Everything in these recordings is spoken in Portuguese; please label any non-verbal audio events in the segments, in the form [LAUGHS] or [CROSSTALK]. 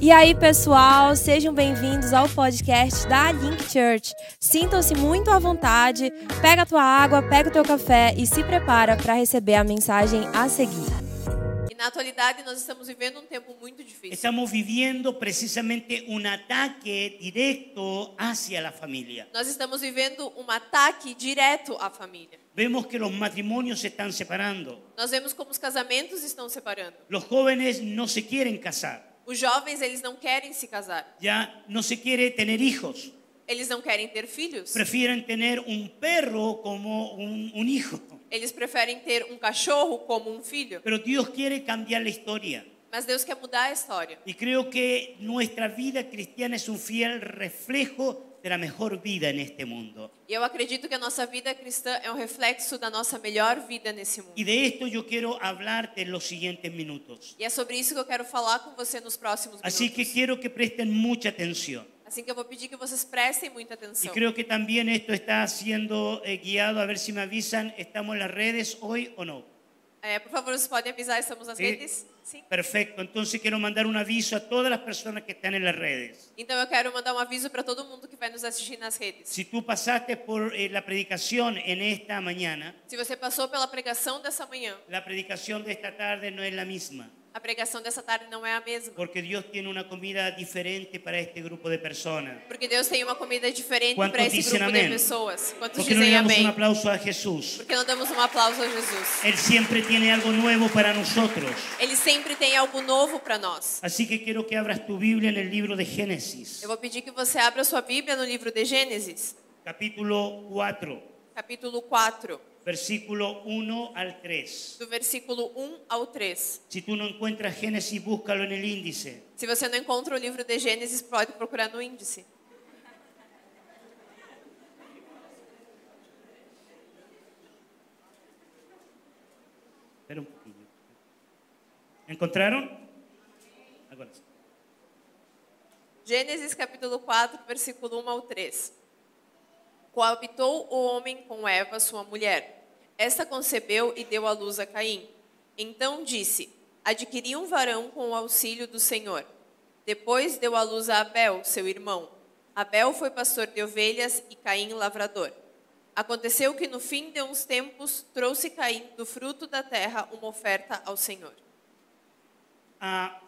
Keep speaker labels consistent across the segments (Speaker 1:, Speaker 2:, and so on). Speaker 1: E aí, pessoal, sejam bem-vindos ao podcast da Link Church. Sintam-se muito à vontade, pega a tua água, pega o teu café e se prepara para receber a mensagem a seguir.
Speaker 2: E na atualidade nós estamos vivendo um tempo muito difícil.
Speaker 3: Estamos viviendo precisamente un ataque directo hacia la familia.
Speaker 2: Nós estamos vivendo um ataque direto à família.
Speaker 3: Vemos que los matrimonios se están separando.
Speaker 2: Nós vemos como os casamentos estão separando.
Speaker 3: Los jóvenes no se quieren casar.
Speaker 2: Os jovens, eles não querem se casar.
Speaker 3: Ya no se quiere tener hijos.
Speaker 2: Eles não querem ter filhos.
Speaker 3: Prefieren tener un perro como un, un hijo.
Speaker 2: Eles preferem ter um cachorro como um filho.
Speaker 3: Pero Dios quiere cambiar la historia.
Speaker 2: Mas Deus quer mudar a história.
Speaker 3: Y creo que nuestra vida cristiana es un fiel reflejo de la mejor vida en este mundo.
Speaker 2: E eu acredito que a nossa vida cristã é um reflexo da nossa melhor vida nesse mundo.
Speaker 3: Y de esto yo quiero hablarte en los siguientes minutos.
Speaker 2: E é sobre isso que eu quero falar com você nos próximos
Speaker 3: Así Assim que
Speaker 2: minutos.
Speaker 3: quiero que presten mucha atención.
Speaker 2: Assim que eu vou pedir que vocês prestem muita
Speaker 3: Y
Speaker 2: atenção.
Speaker 3: creo que también esto está siendo eh, guiado, a ver si me avisan, estamos en las redes hoy o no.
Speaker 2: É, por favor, vocês podem avisar, estamos nas
Speaker 3: Sim.
Speaker 2: redes? Sim.
Speaker 3: Perfecto, entonces quiero mandar un aviso a todas las personas que están en las redes.
Speaker 2: Então eu quero mandar um aviso para todo mundo que vai nos assistir nas redes.
Speaker 3: Si tú pasaste por eh, la predicación en esta mañana,
Speaker 2: Se você passou pela pregação dessa manhã,
Speaker 3: la predicación de esta tarde no es la misma,
Speaker 2: a pregação dessa tarde não é a mesma.
Speaker 3: porque Dios tiene una comida diferente para este grupo de personas.
Speaker 2: Porque Deus tem uma comida diferente
Speaker 3: Quantos
Speaker 2: para esse
Speaker 3: dizem
Speaker 2: grupo
Speaker 3: amém?
Speaker 2: de pessoas. Quantos
Speaker 3: Porque no le
Speaker 2: dizem
Speaker 3: damos un
Speaker 2: amém?
Speaker 3: aplauso a Jesús.
Speaker 2: Porque não damos um aplauso a Jesus.
Speaker 3: Él siempre tiene algo nuevo para nosotros.
Speaker 2: Ele sempre tem algo novo para nós.
Speaker 3: Así que quiero que abras tu Biblia en el libro de Génesis.
Speaker 2: Eu vou pedir que você abra sua Bíblia no livro de Gênesis,
Speaker 3: capítulo 4,
Speaker 2: capítulo 4,
Speaker 3: versículo 1 al 3.
Speaker 2: do versículo 1 ao 3.
Speaker 3: Si tú no encuentras Génesis, búscalo en el índice.
Speaker 2: Se você não encontra o livro de Gênesis, pode procurar no índice.
Speaker 3: Espera un poquinho. ¿Encontraron? Agora sí.
Speaker 2: Gênesis capítulo 4, versículo 1 ao 3. Coabitou o homem com Eva, sua mulher. Esta concebeu e deu à luz a Caim. Então disse: Adquiri um varão com o auxílio do Senhor. Depois deu à luz a Abel, seu irmão. Abel foi pastor de ovelhas e Caim lavrador. Aconteceu que no fim de uns tempos trouxe Caim do fruto da terra uma oferta ao Senhor.
Speaker 3: Ah,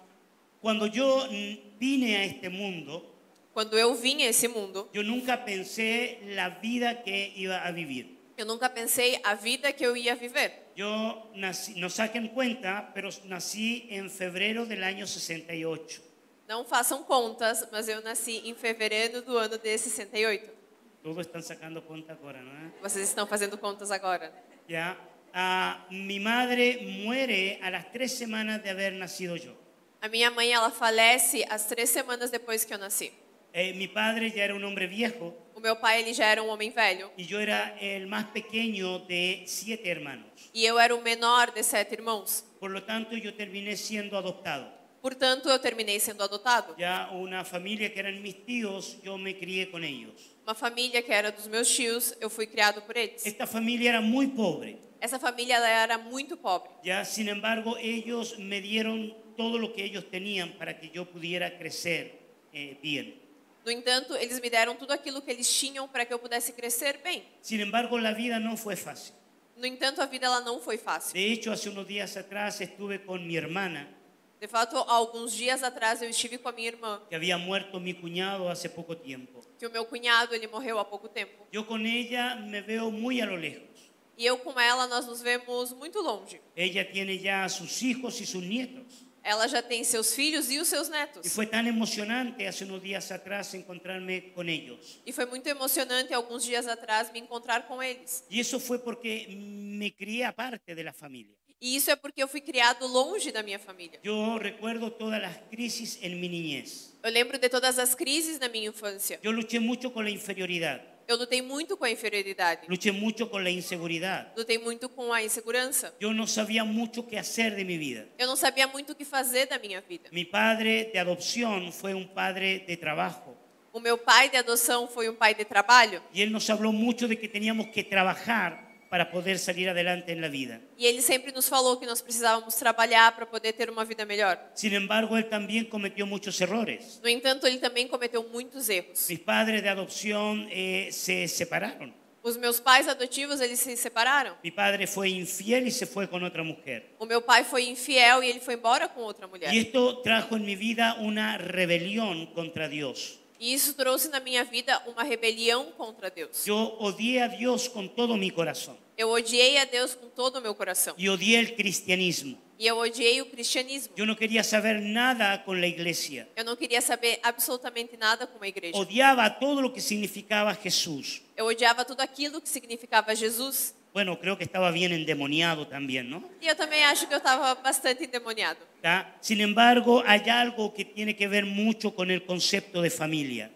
Speaker 3: cuando yo mm, vine a este mundo,
Speaker 2: Quando eu vim a esse mundo,
Speaker 3: yo nunca pensé la vida que iba a vivir.
Speaker 2: Eu nunca pensei a vida que eu ia viver.
Speaker 3: Yo nací, no saquen cuenta, pero nací en febrero del año 68.
Speaker 2: Não façam contas, mas eu nasci em fevereiro do ano de 68.
Speaker 3: Todos están sacando cuenta ahora, ¿no?
Speaker 2: Vocês estão fazendo contas agora.
Speaker 3: ¿Ya? Ah, mi madre muere a las tres semanas de haber nacido yo.
Speaker 2: A minha mãe, ela falece às três semanas depois que eu nasci.
Speaker 3: Eh, mi padre ya era un hombre viejo
Speaker 2: O meu pai, ele já era um homem velho.
Speaker 3: y yo era el más pequeño de siete hermanos.
Speaker 2: E eu era o menor de sete irmãos.
Speaker 3: Por lo tanto, yo terminé siendo adoptado.
Speaker 2: Portanto, eu terminei sendo adotado.
Speaker 3: Ya una familia que eran mis tíos, yo me crié con ellos.
Speaker 2: Uma família que era dos meus tios, eu fui criado por eles.
Speaker 3: Esta familia era muy pobre.
Speaker 2: Essa família, ela era muito pobre.
Speaker 3: Ya, sin embargo, ellos me dieron todo lo que ellos tenían para que yo pudiera crecer eh, bien.
Speaker 2: No entanto, eles me deram tudo aquilo que eles tinham para que eu pudesse crescer bem.
Speaker 3: Sin embargo, la vida no fue fácil.
Speaker 2: No entanto, a vida ela não foi fácil.
Speaker 3: De hecho, hace unos días atrás estuve con mi hermana,
Speaker 2: De fato, há alguns dias atrás eu estive com a minha irmã,
Speaker 3: que había muerto mi cuñado hace poco tiempo.
Speaker 2: que o meu cunhado ele morreu há pouco tempo.
Speaker 3: Yo con ella me veo muy a lo lejos.
Speaker 2: E eu com ela nós nos vemos muito longe.
Speaker 3: Ella tiene ya a sus hijos y sus nietos.
Speaker 2: Ela já tem seus filhos e os seus netos.
Speaker 3: Y fue tan emocionante hace unos días atrás encontrarme con ellos.
Speaker 2: E foi muito emocionante alguns dias atrás me encontrar com eles.
Speaker 3: Y eso fue porque me crié aparte de la familia.
Speaker 2: E isso é porque eu fui criado longe da minha família.
Speaker 3: Yo recuerdo todas las crisis en mi niñez.
Speaker 2: Eu lembro de todas as crises na minha infância.
Speaker 3: Yo luché mucho con la inferioridad,
Speaker 2: Eu lutei muito com a inferioridade,
Speaker 3: luché mucho con la inseguridad.
Speaker 2: lutei muito com a insegurança.
Speaker 3: Yo no sabía mucho qué hacer de mi vida.
Speaker 2: Eu não sabia muito o que fazer da minha vida.
Speaker 3: Mi padre de adopción fue un padre de trabajo
Speaker 2: O meu pai de adoção foi um pai de trabalho.
Speaker 3: y él nos habló mucho de que teníamos que trabajar para poder salir adelante en la vida.
Speaker 2: E ele sempre nos falou que nós precisávamos trabalhar para poder ter uma vida melhor.
Speaker 3: Sin embargo, él también cometió muchos errores.
Speaker 2: No entanto, ele também cometeu muitos erros.
Speaker 3: Mis padres de adopción eh, se separaron.
Speaker 2: Os meus pais adotivos, eles se separaram.
Speaker 3: Mi padre fue infiel y se fue con otra mujer.
Speaker 2: O meu pai foi infiel e ele foi embora com outra mulher.
Speaker 3: Y esto trajo en mi vida una rebelión contra Dios.
Speaker 2: E isso trouxe na minha vida uma rebelião contra Deus.
Speaker 3: Yo odié a Dios con todo mi corazón
Speaker 2: Eu odiei a Deus com todo o meu coração.
Speaker 3: y odié el cristianismo.
Speaker 2: E eu odiei o cristianismo.
Speaker 3: Yo no quería saber nada con la iglesia.
Speaker 2: Eu não queria saber absolutamente nada com a igreja.
Speaker 3: Odiaba todo lo que significaba Jesús.
Speaker 2: Eu odiava tudo aquilo que significava Jesus.
Speaker 3: Bueno, creo que estaba bien endemoniado también, ¿no?
Speaker 2: E eu também acho que eu estava bastante endemoniado.
Speaker 3: ¿Tá? Sin embargo, hay algo que tiene que ver mucho con el concepto de familia.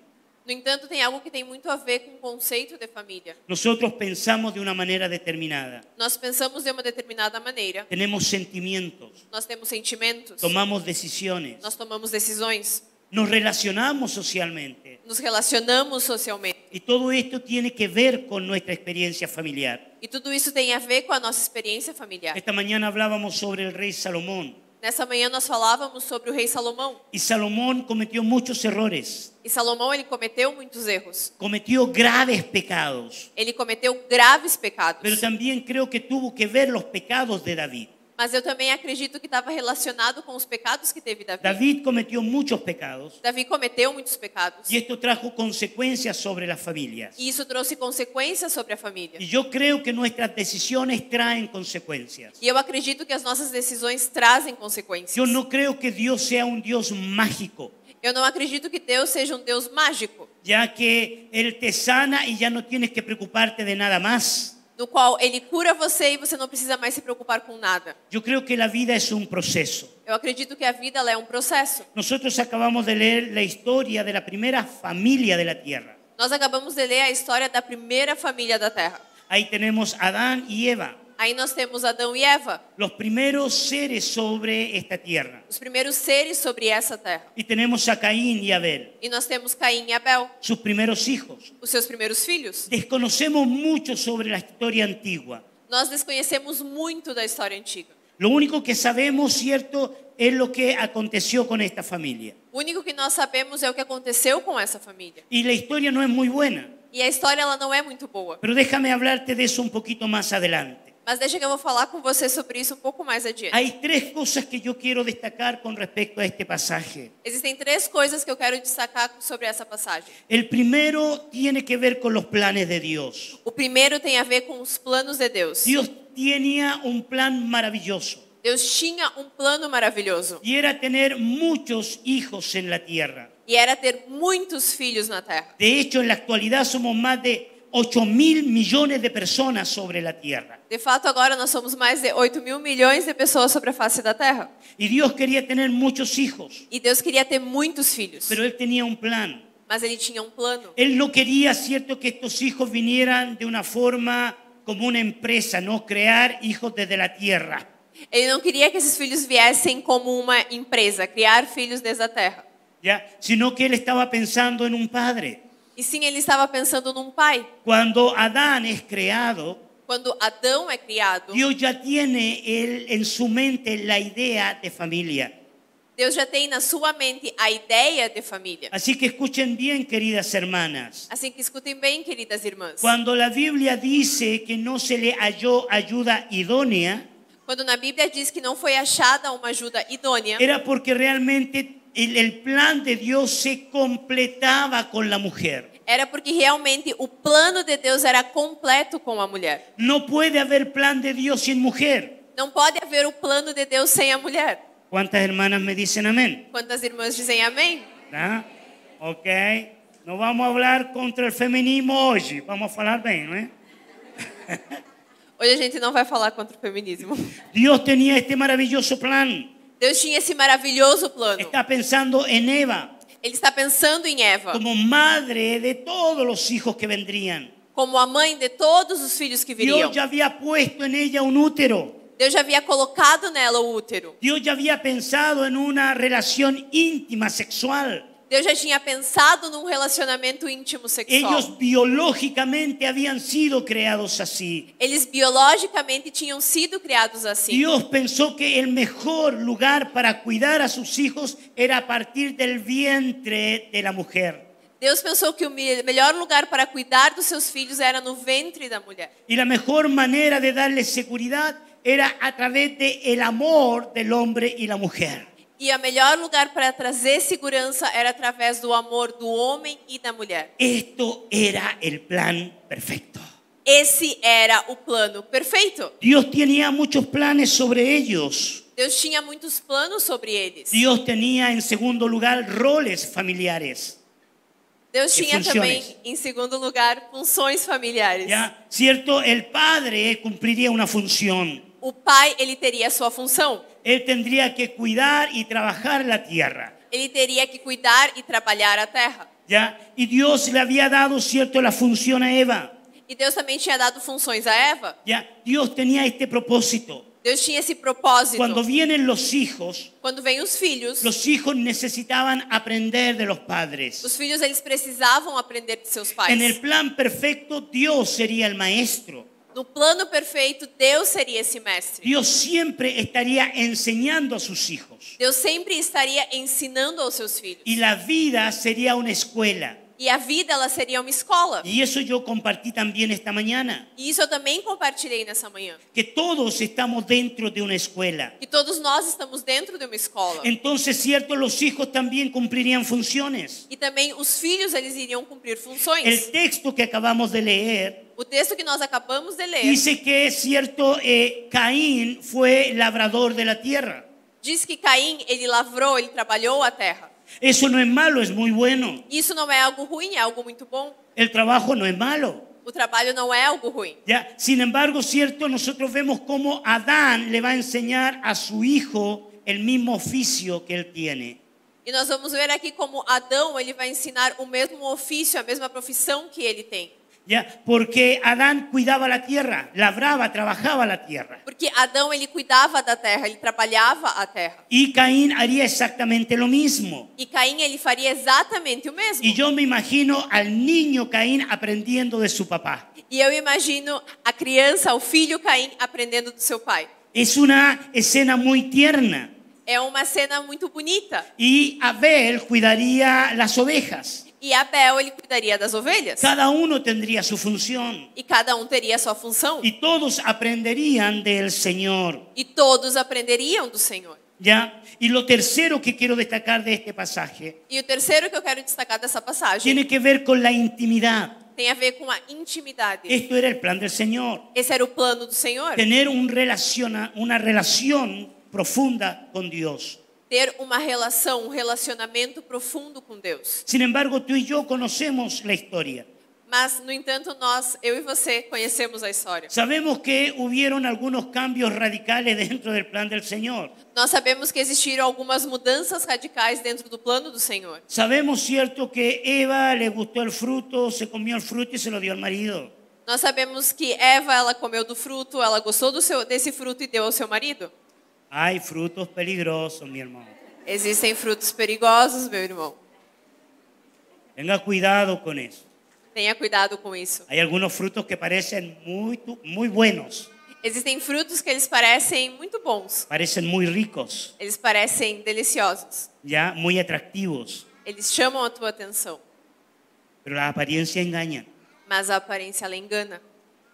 Speaker 2: No entanto, tem algo que tem muito a ver com o conceito de família.
Speaker 3: Nosotros pensamos de una manera determinada,
Speaker 2: Nós pensamos de uma determinada maneira.
Speaker 3: tenemos sentimientos,
Speaker 2: Nós temos sentimentos.
Speaker 3: tomamos decisiones,
Speaker 2: Nós tomamos decisões.
Speaker 3: nos relacionamos socialmente.
Speaker 2: Nos relacionamos socialmente.
Speaker 3: Y todo esto tiene que ver con nuestra experiencia familiar.
Speaker 2: E tudo isso tem a ver com a nossa experiência familiar.
Speaker 3: Esta mañana hablábamos sobre el rey Salomón.
Speaker 2: Nessa manhã nós falávamos sobre o rei Salomão.
Speaker 3: Y Salomón cometió muchos errores,
Speaker 2: E Salomão ele cometeu muitos erros.
Speaker 3: cometió graves pecados,
Speaker 2: Ele cometeu graves pecados.
Speaker 3: pero también creo que tuvo que ver los pecados de David.
Speaker 2: Mas eu também acredito que estava relacionado com os pecados que teve Davi.
Speaker 3: David cometió muchos pecados
Speaker 2: Davi cometeu muitos pecados.
Speaker 3: y esto trajo consecuencias sobre las familias.
Speaker 2: E isso trouxe consequências sobre a família.
Speaker 3: Y yo creo que nuestras decisiones traen consecuencias.
Speaker 2: E eu acredito que as nossas decisões trazem consequências.
Speaker 3: Yo no creo que Dios sea un Dios mágico,
Speaker 2: Eu não acredito que Deus seja um Deus mágico,
Speaker 3: ya que Él te sana y ya no tienes que preocuparte de nada más.
Speaker 2: no qual Ele cura você e você não precisa mais se preocupar com nada.
Speaker 3: Yo creo que la vida es un proceso.
Speaker 2: Eu acredito que a vida ela é um processo.
Speaker 3: Nosotros acabamos de leer la historia de la primera familia de la tierra.
Speaker 2: Nós acabamos de ler a história da primeira família da Terra.
Speaker 3: Ahí tenemos a Adán y Eva,
Speaker 2: Aí nós temos Adão e Eva,
Speaker 3: los primeros seres sobre esta tierra.
Speaker 2: os primeiros seres sobre essa terra.
Speaker 3: Y tenemos a Caín y Abel,
Speaker 2: E nós temos Caim e Abel,
Speaker 3: sus primeros hijos.
Speaker 2: os seus primeiros filhos.
Speaker 3: Desconocemos mucho sobre la historia antigua.
Speaker 2: Nós desconhecemos muito da história antiga.
Speaker 3: Lo único que sabemos, cierto, es lo que aconteció con esta familia.
Speaker 2: O único que nós sabemos é o que aconteceu com essa família.
Speaker 3: Y la historia no es muy buena,
Speaker 2: E a história ela não é muito boa.
Speaker 3: pero déjame hablarte de eso un poquito más adelante.
Speaker 2: Mas deixa que eu vou falar com você sobre isso um pouco mais adiante.
Speaker 3: Hay tres cosas que yo quiero destacar con respecto a este pasaje.
Speaker 2: Existem três coisas que eu quero destacar sobre essa passagem.
Speaker 3: El primero tiene que ver con los planes de Dios.
Speaker 2: O primeiro tem a ver com os planos de Deus.
Speaker 3: Dios tenía un plan maravilloso
Speaker 2: Deus tinha um plano maravilhoso
Speaker 3: y era tener muchos hijos en la tierra.
Speaker 2: e era ter muitos filhos na terra.
Speaker 3: De hecho, en la actualidad somos más de 8 mil millones de personas sobre la tierra.
Speaker 2: De fato, agora nós somos mais de 8 mil milhões de pessoas sobre a face da terra.
Speaker 3: Y Dios quería tener muchos hijos,
Speaker 2: E Deus queria ter muitos filhos,
Speaker 3: pero Él tenía un plan.
Speaker 2: mas ele tinha um plano.
Speaker 3: Él no quería, cierto, que estos hijos vinieran de una forma como una empresa, no crear hijos desde la tierra.
Speaker 2: Ele não queria que esses filhos viessem como uma empresa, criar filhos desde a terra.
Speaker 3: ¿ya? sino que él estaba pensando en un padre.
Speaker 2: E sim, ele estava pensando num pai.
Speaker 3: Cuando Adán es creado,
Speaker 2: Quando Adão é criado,
Speaker 3: Dios ya tiene él en su mente la idea de familia.
Speaker 2: Deus já tem na sua mente a ideia de família.
Speaker 3: Así que escuchen bien, queridas hermanas.
Speaker 2: Assim que escutem bem, queridas irmãs.
Speaker 3: Cuando la Biblia dice que no se le halló ayuda idónea,
Speaker 2: Quando na Bíblia diz que não foi achada uma ajuda idônea,
Speaker 3: era porque realmente el, el plan de Dios se completaba con la mujer.
Speaker 2: era porque realmente o plano de Deus era completo com a mulher.
Speaker 3: No puede haber plan de Dios sin mujer.
Speaker 2: Não pode haver o plano de Deus sem a mulher.
Speaker 3: ¿Cuántas hermanas me dicen amén?
Speaker 2: Quantas irmãs dizem amém?
Speaker 3: ¿Ah? Ok. No vamos a hablar contra el feminismo hoy. Vamos a hablar bien, ¿no?
Speaker 2: Hoje a gente não vai falar contra o feminismo.
Speaker 3: Dios tenía este maravilloso plan.
Speaker 2: Deus tinha esse maravilhoso plano.
Speaker 3: Está pensando en Eva
Speaker 2: Ele está pensando em Eva
Speaker 3: como madre de todos los hijos que vendrían.
Speaker 2: como a mãe de todos os filhos que viriam.
Speaker 3: Dios ya había puesto en ella un útero.
Speaker 2: Deus já havia colocado nela o útero.
Speaker 3: Dios ya había pensado en una relación íntima, sexual.
Speaker 2: Deus já tinha pensado num relacionamento íntimo sexual.
Speaker 3: Ellos biológicamente habían sido creados así.
Speaker 2: Eles biologicamente tinham sido criados assim.
Speaker 3: Dios pensó que el mejor lugar para cuidar a sus hijos era a partir del vientre de la mujer.
Speaker 2: Deus pensou que o me- melhor lugar para cuidar dos seus filhos era no ventre da mulher.
Speaker 3: Y la mejor manera de darle seguridad era a través del el amor del hombre y la mujer.
Speaker 2: E o melhor lugar para trazer segurança era através do amor do homem e da mulher.
Speaker 3: Esto era el plan perfecto.
Speaker 2: Esse era o plano perfeito.
Speaker 3: Dios tenía muchos planes sobre ellos.
Speaker 2: Deus tinha muitos planos sobre eles.
Speaker 3: Dios tenía en segundo lugar roles familiares.
Speaker 2: Deus
Speaker 3: e
Speaker 2: tinha
Speaker 3: funções.
Speaker 2: também, em segundo lugar, funções familiares.
Speaker 3: ¿Ya? Cierto, el padre cumpliría una función.
Speaker 2: O pai, ele teria a sua função.
Speaker 3: Él tendría que cuidar y trabajar la tierra.
Speaker 2: Ele teria que cuidar e trabalhar a terra.
Speaker 3: ¿Ya? Y Dios le había dado, cierto, la función a Eva.
Speaker 2: E Deus também tinha dado funções a Eva.
Speaker 3: ¿Ya? Dios tenía este propósito.
Speaker 2: Deus tinha esse propósito.
Speaker 3: Cuando vienen los hijos,
Speaker 2: Quando vem os filhos,
Speaker 3: los hijos necesitaban aprender de los padres.
Speaker 2: os filhos eles precisavam aprender de seus pais.
Speaker 3: En el plan perfecto, Dios sería el maestro.
Speaker 2: No plano perfeito, Deus seria esse mestre.
Speaker 3: Dios siempre estaría enseñando a sus hijos.
Speaker 2: Deus sempre estaria ensinando aos seus filhos.
Speaker 3: Y la vida sería una escuela.
Speaker 2: E a vida ela seria uma escola.
Speaker 3: Y eso yo compartí también esta mañana,
Speaker 2: E isso eu também compartilhei nessa manhã.
Speaker 3: que todos estamos dentro de una escuela.
Speaker 2: Que todos nós estamos dentro de uma escola.
Speaker 3: Entonces, cierto, los hijos también cumplirían funciones.
Speaker 2: E também os filhos eles iriam cumprir
Speaker 3: El
Speaker 2: funções.
Speaker 3: texto que acabamos de leer
Speaker 2: O texto que nós acabamos de ler
Speaker 3: dice que, cierto, eh, Caín fue labrador de la tierra.
Speaker 2: diz que Caim, ele lavrou, ele trabalhou a terra.
Speaker 3: Eso no es malo, es muy bueno.
Speaker 2: Isso não é algo ruim, é algo muito bom.
Speaker 3: El trabajo no es malo.
Speaker 2: O trabalho não é algo ruim.
Speaker 3: ¿ya? Sin embargo, cierto, nosotros vemos cómo Adán le va a enseñar a su hijo el mismo oficio que él tiene.
Speaker 2: E nós vamos ver aqui como Adão, ele vai ensinar o mesmo ofício, a mesma profissão que ele tem.
Speaker 3: ¿ya? Porque Adán cuidaba la tierra, labraba, trabajaba la tierra.
Speaker 2: Porque Adão, ele cuidava da terra, ele trabalhava a terra.
Speaker 3: Y Caín haría exactamente lo mismo.
Speaker 2: E Caim, ele faria exatamente o mesmo.
Speaker 3: Y yo me imagino al niño Caín aprendiendo de su papá.
Speaker 2: E eu imagino a criança, o filho Caim, aprendendo do seu pai.
Speaker 3: Es una escena muy tierna.
Speaker 2: É uma cena muito bonita.
Speaker 3: Y Abel cuidaría las ovejas.
Speaker 2: E Abel, ele cuidaria das ovelhas.
Speaker 3: Cada uno tendría su función.
Speaker 2: E cada um teria sua função.
Speaker 3: Y todos aprenderían del Señor.
Speaker 2: E todos aprenderiam do Senhor.
Speaker 3: ¿Ya? Y lo tercero que quiero destacar de este pasaje
Speaker 2: E o terceiro que eu quero destacar dessa passagem
Speaker 3: tiene que ver con la intimidad.
Speaker 2: tem a ver com a intimidade.
Speaker 3: Esto era el plan del Señor.
Speaker 2: Esse era o plano do Senhor.
Speaker 3: Tener un relaciona- una relación profunda con Dios.
Speaker 2: Ter uma relação, um relacionamento profundo com Deus.
Speaker 3: Sin embargo, tú y yo conocemos la historia.
Speaker 2: Mas, no entanto, nós, eu e você, conhecemos a história.
Speaker 3: Sabemos que hubieron algunos cambios radicales dentro del plan del Señor.
Speaker 2: Nós sabemos que existiram algumas mudanças radicais dentro do plano do Senhor.
Speaker 3: Sabemos, cierto, que Eva le gustó el fruto, se comió el fruto y se lo dio al marido.
Speaker 2: Nós sabemos que Eva, ela comeu do fruto, ela gostou do seu, desse fruto e deu ao seu marido.
Speaker 3: Hay frutos peligrosos, mi hermano.
Speaker 2: Existem frutos perigosos, meu irmão.
Speaker 3: Tenga cuidado con eso.
Speaker 2: Tenha cuidado com isso.
Speaker 3: Hay algunos frutos que parecen muy, tu- muy buenos,
Speaker 2: Existem frutos que eles parecem muito bons.
Speaker 3: parecen muy ricos,
Speaker 2: Eles parecem deliciosos.
Speaker 3: ya muy atractivos,
Speaker 2: Eles chamam a tua atenção,
Speaker 3: pero la apariencia engaña.
Speaker 2: mas a aparência ela engana.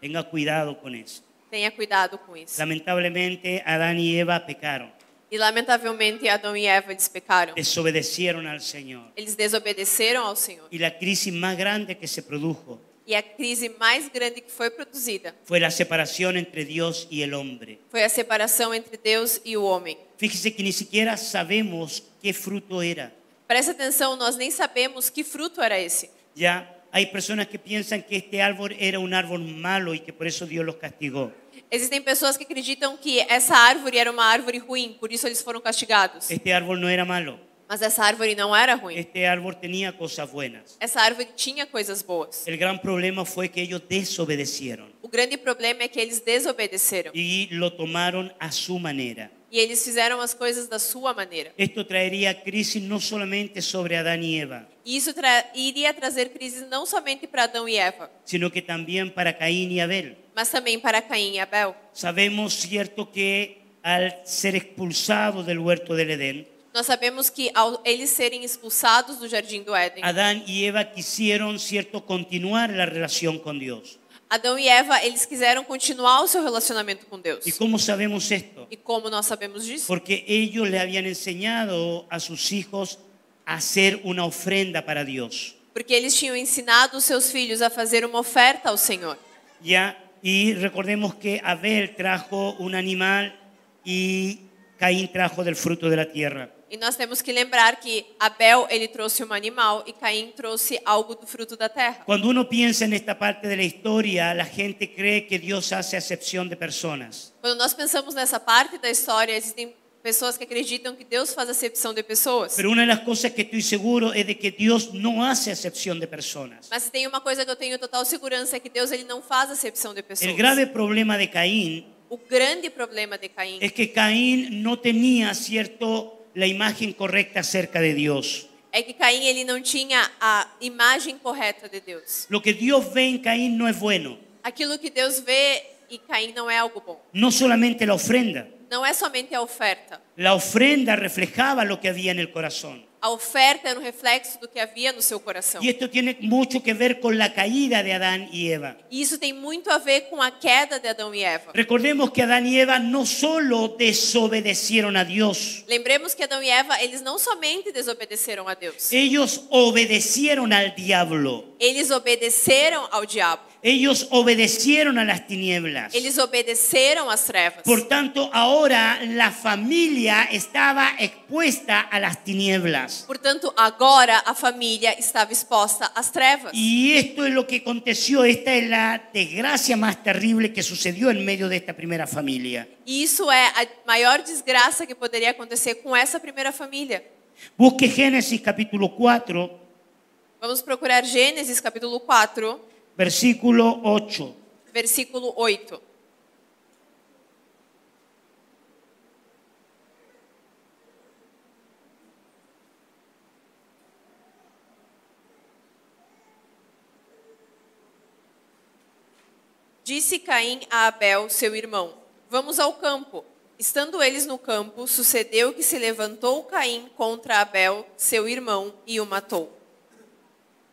Speaker 3: Tenga cuidado con eso.
Speaker 2: Tenha cuidado com isso.
Speaker 3: Lamentablemente, Adán y Eva pecaron,
Speaker 2: E lamentavelmente Adão e Eva eles pecaram.
Speaker 3: desobedecieron al Señor.
Speaker 2: Eles desobedeceram ao Senhor.
Speaker 3: Y la crisis más grande que se produjo
Speaker 2: E a crise mais grande que foi produzida
Speaker 3: fue la separación entre Dios y el hombre.
Speaker 2: foi a separação entre Deus e o homem.
Speaker 3: Fíjese que ni siquiera sabemos qué fruto era.
Speaker 2: Presta atenção, nós nem sabemos que fruto era esse.
Speaker 3: Ya hay personas que piensan que este árbol era un árbol malo y que por eso Dios los castigó.
Speaker 2: Existem pessoas que acreditam que essa árvore era uma árvore ruim, por isso eles foram castigados.
Speaker 3: Este árbol no era malo.
Speaker 2: Mas essa árvore não era ruim.
Speaker 3: Este árbol tenía cosas buenas.
Speaker 2: Essa árvore tinha coisas boas.
Speaker 3: El gran problema fue que ellos desobedecieron
Speaker 2: O grande problema é que eles desobedeceram
Speaker 3: y lo tomaron a su manera.
Speaker 2: E eles fizeram as coisas da sua maneira.
Speaker 3: Esto traería crisis no solamente sobre Adán y Eva,
Speaker 2: E isso tra iria trazer crises não somente para Adão e Eva,
Speaker 3: sino que también para Caín y Abel.
Speaker 2: mas também para Caim e Abel.
Speaker 3: Sabemos, cierto, que al ser expulsados del huerto del Edén,
Speaker 2: Nós sabemos que ao eles serem expulsados do jardim do Éden,
Speaker 3: Adán y Eva quisieron, cierto, continuar la relación con Dios.
Speaker 2: Adão e Eva, eles quiseram continuar o seu relacionamento com Deus.
Speaker 3: ¿Y cómo sabemos esto?
Speaker 2: E como nós sabemos disso?
Speaker 3: Porque ellos le habían enseñado a sus hijos a hacer una ofrenda para Dios,
Speaker 2: Porque eles tinham ensinado os seus filhos a fazer uma oferta ao Senhor.
Speaker 3: ¿ya? Y recordemos que Abel trajo un animal y Caín trajo del fruto de la tierra.
Speaker 2: E nós temos que lembrar que Abel, ele trouxe um animal e Caim trouxe algo do fruto da terra.
Speaker 3: Cuando uno piensa en esta parte de la historia, la gente cree que Dios hace acepción de personas.
Speaker 2: Quando nós pensamos nessa parte da história, existem pessoas que acreditam que Deus faz acepção de pessoas.
Speaker 3: Pero una de las cosas que estoy seguro es de que Dios no hace acepción de personas.
Speaker 2: Mas se tem uma coisa que eu tenho total segurança é que Deus ele não faz acepção de pessoas.
Speaker 3: El grave problema de Caín
Speaker 2: O grande problema de Caim
Speaker 3: es É que Caín no tenía, cierto, la imagen correcta acerca de Dios.
Speaker 2: é que Caim ele não tinha a imagem correta de Deus.
Speaker 3: Lo que Dios ve en Caín no es bueno.
Speaker 2: Aquilo que Deus vê e Caim não é algo bom.
Speaker 3: No solamente la ofrenda.
Speaker 2: Não é somente a oferta.
Speaker 3: La ofrenda reflejaba lo que había en el corazón.
Speaker 2: A oferta era um reflexo do que havia no seu coração.
Speaker 3: Y esto tiene mucho que ver con la caída de Adán y Eva.
Speaker 2: E isso tem muito a ver com a queda de Adão e Eva.
Speaker 3: Recordemos que Adán y Eva no solo desobedecieron a Dios,
Speaker 2: Lembremos que Adão e Eva, eles não somente desobedeceram a Deus.
Speaker 3: ellos obedecieron al diablo,
Speaker 2: Eles obedeceram ao diabo.
Speaker 3: ellos obedecieron a las tinieblas.
Speaker 2: Eles obedeceram às trevas.
Speaker 3: Por tanto, ahora la familia estaba expuesta a las tinieblas.
Speaker 2: Portanto, agora a família estava exposta às trevas.
Speaker 3: Y esto es lo que aconteció, esta es la desgracia más terrible que sucedió en medio de esta primera familia.
Speaker 2: E isso é a maior desgraça que poderia acontecer com essa primeira família.
Speaker 3: Busque Génesis capítulo 4,
Speaker 2: Vamos procurar Gênesis capítulo 4,
Speaker 3: versículo 8.
Speaker 2: versículo 8. Disse Caim a Abel, seu irmão: Vamos ao campo. Estando eles no campo, sucedeu que se levantou Caim contra Abel, seu irmão, e o matou.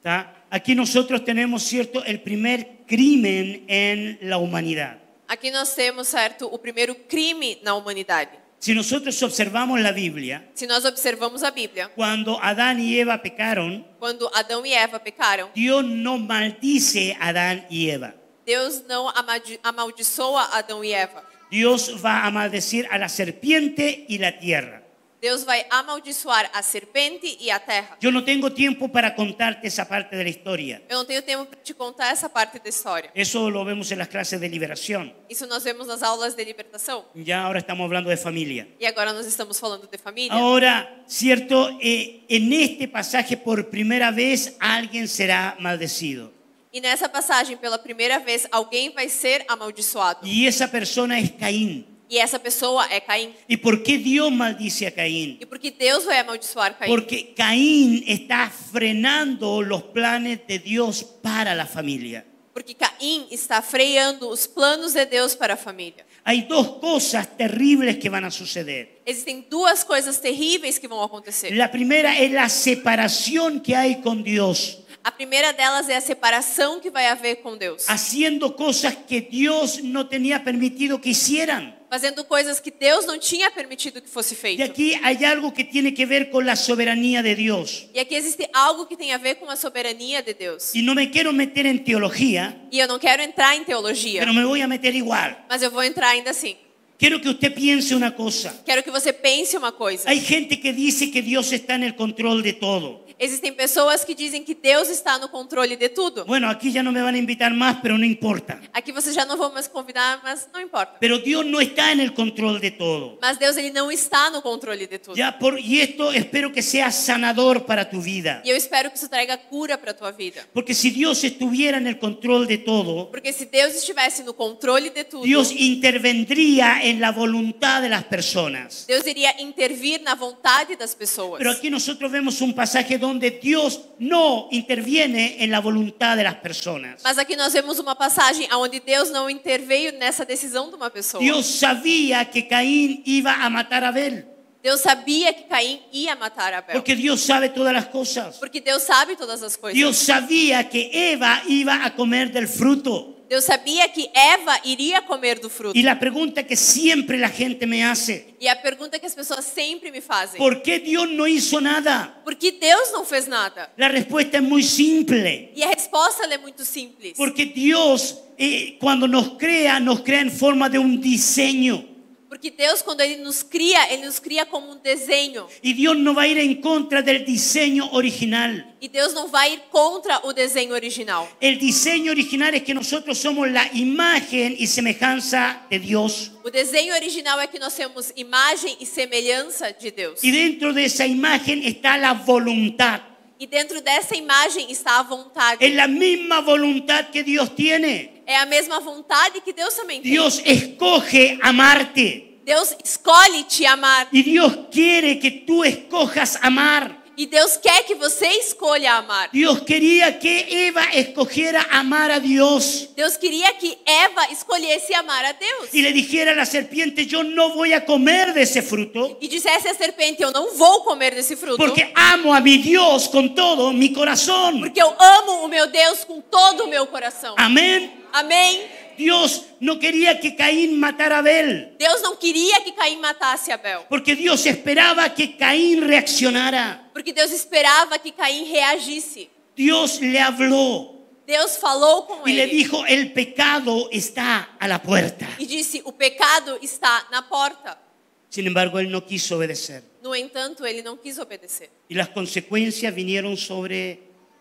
Speaker 3: ¿tá? Aquí nosotros tenemos, cierto, el primer crimen en la humanidad.
Speaker 2: Aqui nós temos, certo, o primeiro crime na humanidade.
Speaker 3: Si nosotros observamos la Biblia,
Speaker 2: Se nós observamos a Bíblia,
Speaker 3: cuando Adán y Eva pecaron,
Speaker 2: quando Adão e Eva pecaram,
Speaker 3: Dios no maldice a Adán y Eva.
Speaker 2: Deus não amadi- amaldiçoa Adão e Eva.
Speaker 3: Dios va a maldecir a la serpiente y la tierra.
Speaker 2: Deus vai amaldiçoar a serpente e a terra.
Speaker 3: Yo no tengo tiempo para contarte esa parte de la historia.
Speaker 2: Eu não tenho tempo para te contar essa parte da história.
Speaker 3: Eso lo vemos en las clases de liberación.
Speaker 2: Isso nós vemos nas aulas de libertação.
Speaker 3: Ya ahora estamos hablando de familia.
Speaker 2: E agora nós estamos falando de família.
Speaker 3: Ah, Ahora, cierto, Eh, en este pasaje por primera vez alguien será maldecido.
Speaker 2: E nessa passagem, pela primeira vez, alguém vai ser amaldiçoado.
Speaker 3: Y esa persona es Caín.
Speaker 2: E essa pessoa é Caim.
Speaker 3: ¿Y por qué Dios maldice a Caín?
Speaker 2: E por que Deus vai amaldiçoar Caim?
Speaker 3: Porque Caín está frenando los planes de Dios para la familia.
Speaker 2: Porque Caim está freando os planos de Deus para a família.
Speaker 3: Hay dos cosas terribles que van a suceder.
Speaker 2: Existem duas coisas terríveis que vão acontecer.
Speaker 3: La primera es la separación que hay con Dios,
Speaker 2: A primeira delas é a separação que vai haver com Deus,
Speaker 3: haciendo cosas que Dios no tenía permitido que hicieran.
Speaker 2: fazendo coisas que Deus não tinha permitido que fosse
Speaker 3: Y
Speaker 2: feito.
Speaker 3: aquí hay algo que tiene que ver con la soberanía de Dios.
Speaker 2: E aqui existe algo que tem a ver com a soberania de Deus.
Speaker 3: Y no me quiero meter en teología,
Speaker 2: E eu não quero entrar em teologia,
Speaker 3: pero me voy a meter igual.
Speaker 2: mas eu vou entrar ainda assim.
Speaker 3: Quiero que usted piense una cosa.
Speaker 2: Quero que você pense uma coisa.
Speaker 3: Hay gente que dice que Dios está en el control de todo.
Speaker 2: Existem pessoas que dizem que Deus está no controle de tudo.
Speaker 3: Bueno, aquí ya no me van a invitar más, pero no importa.
Speaker 2: Aqui vocês já não vão mais convidar, mas não importa.
Speaker 3: Pero Dios no está en el control de todo.
Speaker 2: Mas Deus ele não está no controle de tudo.
Speaker 3: Ya por, y esto espero que sea sanador para tu vida.
Speaker 2: E eu espero que isso traga cura para tua vida.
Speaker 3: Porque si Dios estuviera en el control de todo,
Speaker 2: Porque se Deus estivesse no controle de tudo,
Speaker 3: Dios intervendría en la voluntad de las personas.
Speaker 2: Deus iria intervir na vontade das pessoas.
Speaker 3: Pero aquí nosotros vemos un pasaje donde Dios no interviene en la voluntad de las personas.
Speaker 2: Mas aqui nós vemos uma passagem onde Deus não interveio nessa decisão de uma pessoa.
Speaker 3: Dios sabía que Caín iba a matar a Abel,
Speaker 2: Deus sabia que Caim ia matar Abel.
Speaker 3: porque Dios sabe todas las cosas.
Speaker 2: Porque Deus sabe todas as coisas.
Speaker 3: Dios sabía que Eva iba a comer del fruto.
Speaker 2: Deus sabia que Eva iria comer do fruto.
Speaker 3: Y la pregunta que siempre la gente me hace,
Speaker 2: E a pergunta que as pessoas sempre me fazem:
Speaker 3: ¿por qué Dios no hizo nada?
Speaker 2: por que Deus não fez nada?
Speaker 3: La respuesta es muy simple.
Speaker 2: E a resposta ela é muito simples.
Speaker 3: Porque Dios eh, cuando nos crea, nos crea en forma de un diseño.
Speaker 2: Porque Deus, quando Ele nos cria, Ele nos cria como um desenho.
Speaker 3: Y Dios no va a ir en contra del diseño original.
Speaker 2: E Deus não vai ir contra o desenho original.
Speaker 3: El diseño original es que nosotros somos la imagen y semejanza de Dios.
Speaker 2: O desenho original é que nós temos imagem e semelhança de Deus.
Speaker 3: Y dentro de esa imagen está la voluntad.
Speaker 2: E dentro dessa imagem está a vontade.
Speaker 3: Es la misma voluntad que Dios tiene.
Speaker 2: É a mesma vontade que Deus também tem.
Speaker 3: Dios escoge amarte.
Speaker 2: Deus escolhe te amar.
Speaker 3: Y Dios quiere que tú escojas amar.
Speaker 2: E Deus quer que você escolha amar.
Speaker 3: Dios quería que Eva escogiera amar a Dios
Speaker 2: Deus queria que Eva escolhesse amar a Deus.
Speaker 3: y le dijera a la serpiente, yo no voy a comer de ese fruto
Speaker 2: E dissesse à serpente: Eu não vou comer desse fruto.
Speaker 3: porque amo a mi Dios con todo mi corazón.
Speaker 2: Porque eu amo o meu Deus com todo o meu coração.
Speaker 3: Amén.
Speaker 2: Amém.
Speaker 3: Dios no quería que Caín matara a Abel
Speaker 2: Deus não queria que Caim matasse Abel.
Speaker 3: porque Dios esperaba que Caín reaccionara.
Speaker 2: Porque Deus esperava que Caim reagisse.
Speaker 3: Dios le habló
Speaker 2: Deus falou com
Speaker 3: y le
Speaker 2: ele
Speaker 3: dijo, el pecado está a la puerta.
Speaker 2: e disse: O pecado está na porta.
Speaker 3: Sin embargo, él no quiso obedecer.
Speaker 2: No entanto, ele não quis obedecer.
Speaker 3: Y las consecuencias vinieron sobre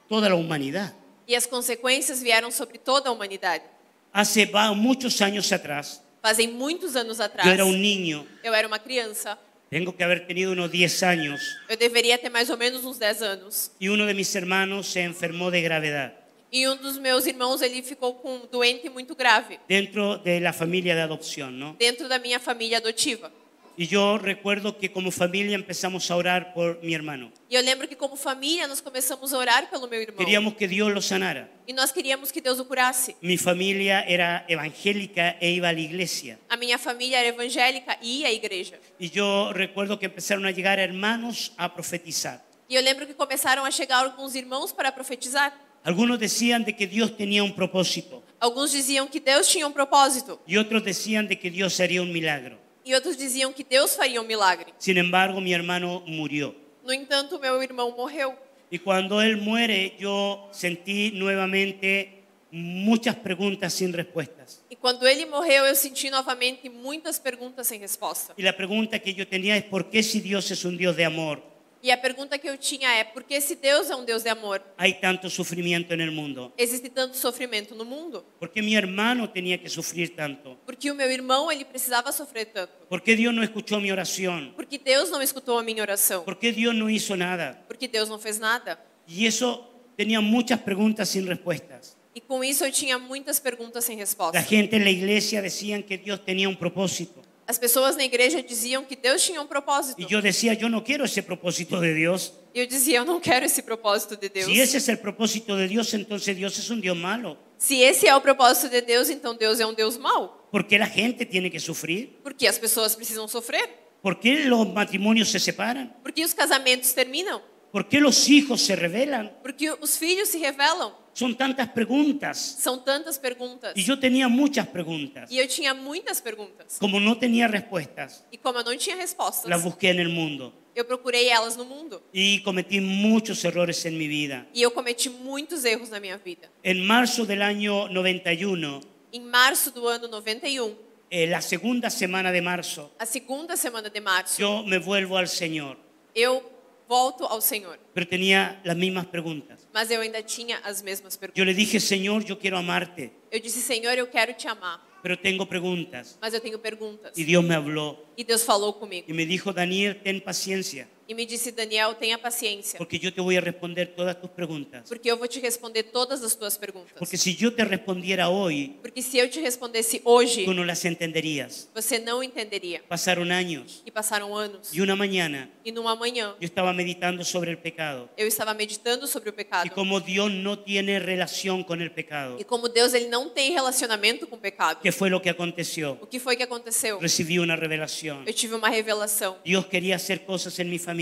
Speaker 3: toda la humanidad.
Speaker 2: E as consequências vieram sobre toda a humanidade.
Speaker 3: Hace va- muchos años atrás,
Speaker 2: Fazem muitos anos atrás,
Speaker 3: yo era un niño,
Speaker 2: eu era uma criança.
Speaker 3: tengo que haber tenido unos 10 años,
Speaker 2: Eu deveria ter mais ou menos uns 10 anos.
Speaker 3: y uno de mis hermanos se enfermó de gravedad
Speaker 2: E um dos meus irmãos, ele ficou com um doente muito grave
Speaker 3: dentro de la familia de adopción, ¿no?
Speaker 2: dentro da minha família adotiva.
Speaker 3: Y yo recuerdo que como familia empezamos a orar por mi hermano.
Speaker 2: E eu lembro que como família nós começamos a orar pelo meu irmão.
Speaker 3: Queríamos que Dios lo sanara.
Speaker 2: E nós queríamos que Deus o curasse.
Speaker 3: Mi familia era evangélica e iba a la iglesia.
Speaker 2: A minha família era evangélica e ia à igreja.
Speaker 3: Y yo recuerdo que empezaron a llegar hermanos a profetizar.
Speaker 2: E eu lembro que começaram a chegar alguns irmãos para profetizar.
Speaker 3: Algunos decían de que Dios tenía un propósito.
Speaker 2: Alguns diziam que Deus tinha um propósito
Speaker 3: y otros decían de que Dios haría un milagro.
Speaker 2: e outros diziam que Deus faria um milagre.
Speaker 3: Sin embargo, mi hermano murió.
Speaker 2: No entanto, meu irmão morreu.
Speaker 3: Y cuando él muere, yo sentí nuevamente muchas preguntas sin respuestas.
Speaker 2: E quando ele morreu, eu senti novamente muitas perguntas sem resposta.
Speaker 3: Y la pregunta que yo tenía es, ¿por qué si Dios es un Dios de amor,
Speaker 2: E a pergunta que eu tinha é: por que se Deus é um Deus de amor,
Speaker 3: hay tanto sufrimiento en el mundo?
Speaker 2: existe tanto sofrimento no mundo?
Speaker 3: ¿Por qué mi hermano tenía que sufrir tanto?
Speaker 2: Porque o meu irmão ele precisava sofrer tanto?
Speaker 3: ¿Por qué Dios no escuchó mi oración?
Speaker 2: Porque Deus não escutou a minha oração?
Speaker 3: ¿Por qué Dios no hizo nada?
Speaker 2: Porque Deus não fez nada?
Speaker 3: Y eso tenía muchas preguntas sin respuestas.
Speaker 2: E com isso eu tinha muitas perguntas sem resposta.
Speaker 3: La gente en la iglesia decían que Dios tenía un propósito.
Speaker 2: As pessoas na igreja diziam que Deus tinha um propósito.
Speaker 3: Y yo decía, yo no quiero ese propósito de Dios.
Speaker 2: E eu dizia, eu não quero esse propósito de Deus.
Speaker 3: Si ese es el propósito de Dios, entonces Dios es un Dios malo.
Speaker 2: Se esse é o propósito de Deus, então Deus é um Deus mau.
Speaker 3: ¿Por qué la gente tiene que sufrir?
Speaker 2: Porque as pessoas precisam sofrer.
Speaker 3: ¿Por qué los matrimonios se separan?
Speaker 2: Porque os casamentos terminam.
Speaker 3: ¿Por qué los hijos se rebelan?
Speaker 2: Porque os filhos se revelam.
Speaker 3: Son tantas preguntas.
Speaker 2: São tantas perguntas.
Speaker 3: Y yo tenía muchas preguntas.
Speaker 2: E eu tinha muitas perguntas.
Speaker 3: Como no tenía respuestas,
Speaker 2: E como eu não tinha respostas,
Speaker 3: las busqué en el mundo.
Speaker 2: eu procurei elas no mundo.
Speaker 3: Y cometí muchos errores en mi vida.
Speaker 2: E eu cometi muitos erros na minha vida.
Speaker 3: En marzo del año 91,
Speaker 2: Em março do ano 91,
Speaker 3: eh, la segunda semana de marzo,
Speaker 2: a segunda semana de março,
Speaker 3: yo me vuelvo al Señor.
Speaker 2: eu volto ao Senhor.
Speaker 3: Pero tenía las mismas preguntas.
Speaker 2: Mas eu ainda tinha as mesmas
Speaker 3: Yo
Speaker 2: perguntas.
Speaker 3: le dije, Señor, yo quiero amarte,
Speaker 2: Eu disse, Senhor, eu quero te amar.
Speaker 3: pero tengo preguntas.
Speaker 2: Mas eu tenho perguntas.
Speaker 3: Y Dios me habló
Speaker 2: E Deus falou comigo.
Speaker 3: y me dijo, Daniel, ten paciencia.
Speaker 2: E me disse, Daniel, tenha paciência,
Speaker 3: porque yo te voy a responder todas tus preguntas.
Speaker 2: porque eu vou te responder todas as tuas perguntas.
Speaker 3: Porque si yo te respondiera hoy,
Speaker 2: Porque se eu te respondesse hoje,
Speaker 3: tú no las entenderías.
Speaker 2: você não entenderia.
Speaker 3: Pasaron años
Speaker 2: E passaram anos.
Speaker 3: y una mañana
Speaker 2: E numa manhã,
Speaker 3: yo estaba meditando sobre el pecado
Speaker 2: eu estava meditando sobre o
Speaker 3: y
Speaker 2: pecado.
Speaker 3: cómo Dios no tiene relación con el pecado.
Speaker 2: E como Deus ele não tem relacionamento com o pecado.
Speaker 3: ¿Qué fue lo que aconteció?
Speaker 2: O que foi que aconteceu?
Speaker 3: Recibí una revelación.
Speaker 2: Eu tive uma revelação.
Speaker 3: Dios quería hacer cosas en mi familia,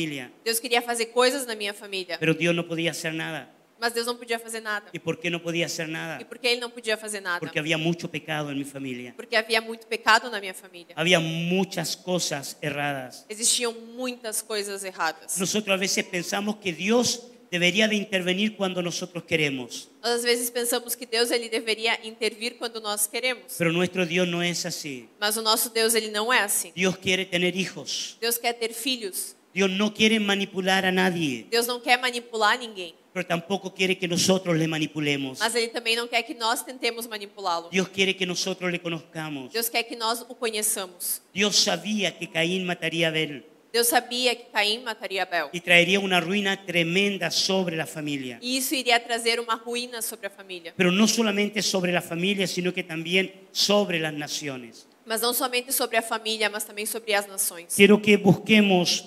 Speaker 2: Deus queria fazer coisas na minha família,
Speaker 3: pero Dios no podía hacer nada.
Speaker 2: mas Deus não podia fazer nada.
Speaker 3: ¿Y por qué no podía hacer nada?
Speaker 2: E por que ele não podia fazer nada?
Speaker 3: Porque había mucho pecado en mi familia.
Speaker 2: Porque havia muito pecado na minha família.
Speaker 3: Había muchas cosas erradas.
Speaker 2: Existiam muitas coisas erradas.
Speaker 3: Nosotros a veces pensamos que Dios debería de intervenir cuando nosotros queremos,
Speaker 2: Nós às vezes pensamos que Deus ele deveria intervir quando nós queremos,
Speaker 3: pero nuestro Dios no es así.
Speaker 2: mas o nosso Deus ele não é assim.
Speaker 3: Dios quiere tener hijos.
Speaker 2: Deus quer ter filhos.
Speaker 3: Dios no quiere manipular a nadie,
Speaker 2: Deus não quer manipular ninguém,
Speaker 3: pero tampoco quiere que nosotros le manipulemos.
Speaker 2: mas ele também não quer que nós tentemos manipulá-lo.
Speaker 3: Dios quiere que nosotros le conozcamos.
Speaker 2: Deus quer que nós o conheçamos.
Speaker 3: Dios sabía que Caín mataría a Abel
Speaker 2: Deus sabia que Caim mataria Abel.
Speaker 3: y traería una ruina tremenda sobre la familia.
Speaker 2: E isso iria trazer uma ruína sobre a família.
Speaker 3: Pero no solamente sobre la familia, sino que también sobre las naciones.
Speaker 2: Mas não somente sobre a família, mas também sobre as nações.
Speaker 3: Quiero que busquemos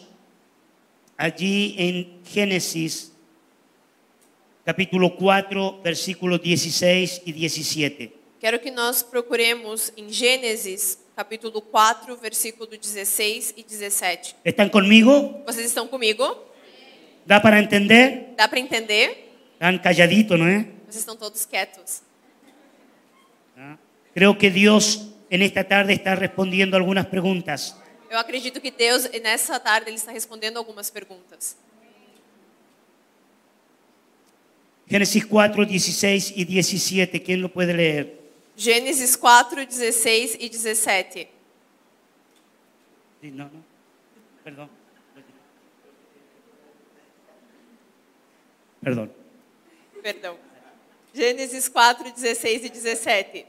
Speaker 3: allí en Génesis capítulo 4, versículos 16 y 17.
Speaker 2: Quero que nós procuremos em Gênesis, capítulo 4, versículo 16 e 17.
Speaker 3: ¿Están conmigo?
Speaker 2: Vocês estão comigo?
Speaker 3: ¿Da para entender?
Speaker 2: Dá para entender?
Speaker 3: Están calladitos, ¿no? eh?
Speaker 2: Vocês estão todos quietos.
Speaker 3: ¿Ah? Creo que Dios en esta tarde está respondiendo algunas preguntas.
Speaker 2: Eu acredito que Deus, nessa tarde, ele está respondendo algumas perguntas.
Speaker 3: Génesis 4, 16 y 17. ¿Quién lo puede leer?
Speaker 2: Gênesis 4, 16 e 17.
Speaker 3: Sí, no, no. Perdón. Perdón.
Speaker 2: Perdão. Gênesis 4, 16 e 17.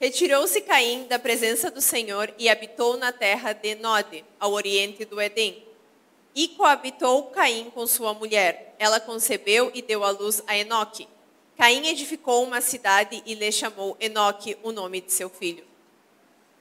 Speaker 2: Retirou-se Caim da presença do Senhor e habitou na terra de Nod, ao oriente do Edém. E coabitou Caim com sua mulher. Ela concebeu e deu à luz a Enoque. Caim edificou uma cidade e lhe chamou Enoque, o nome de seu filho.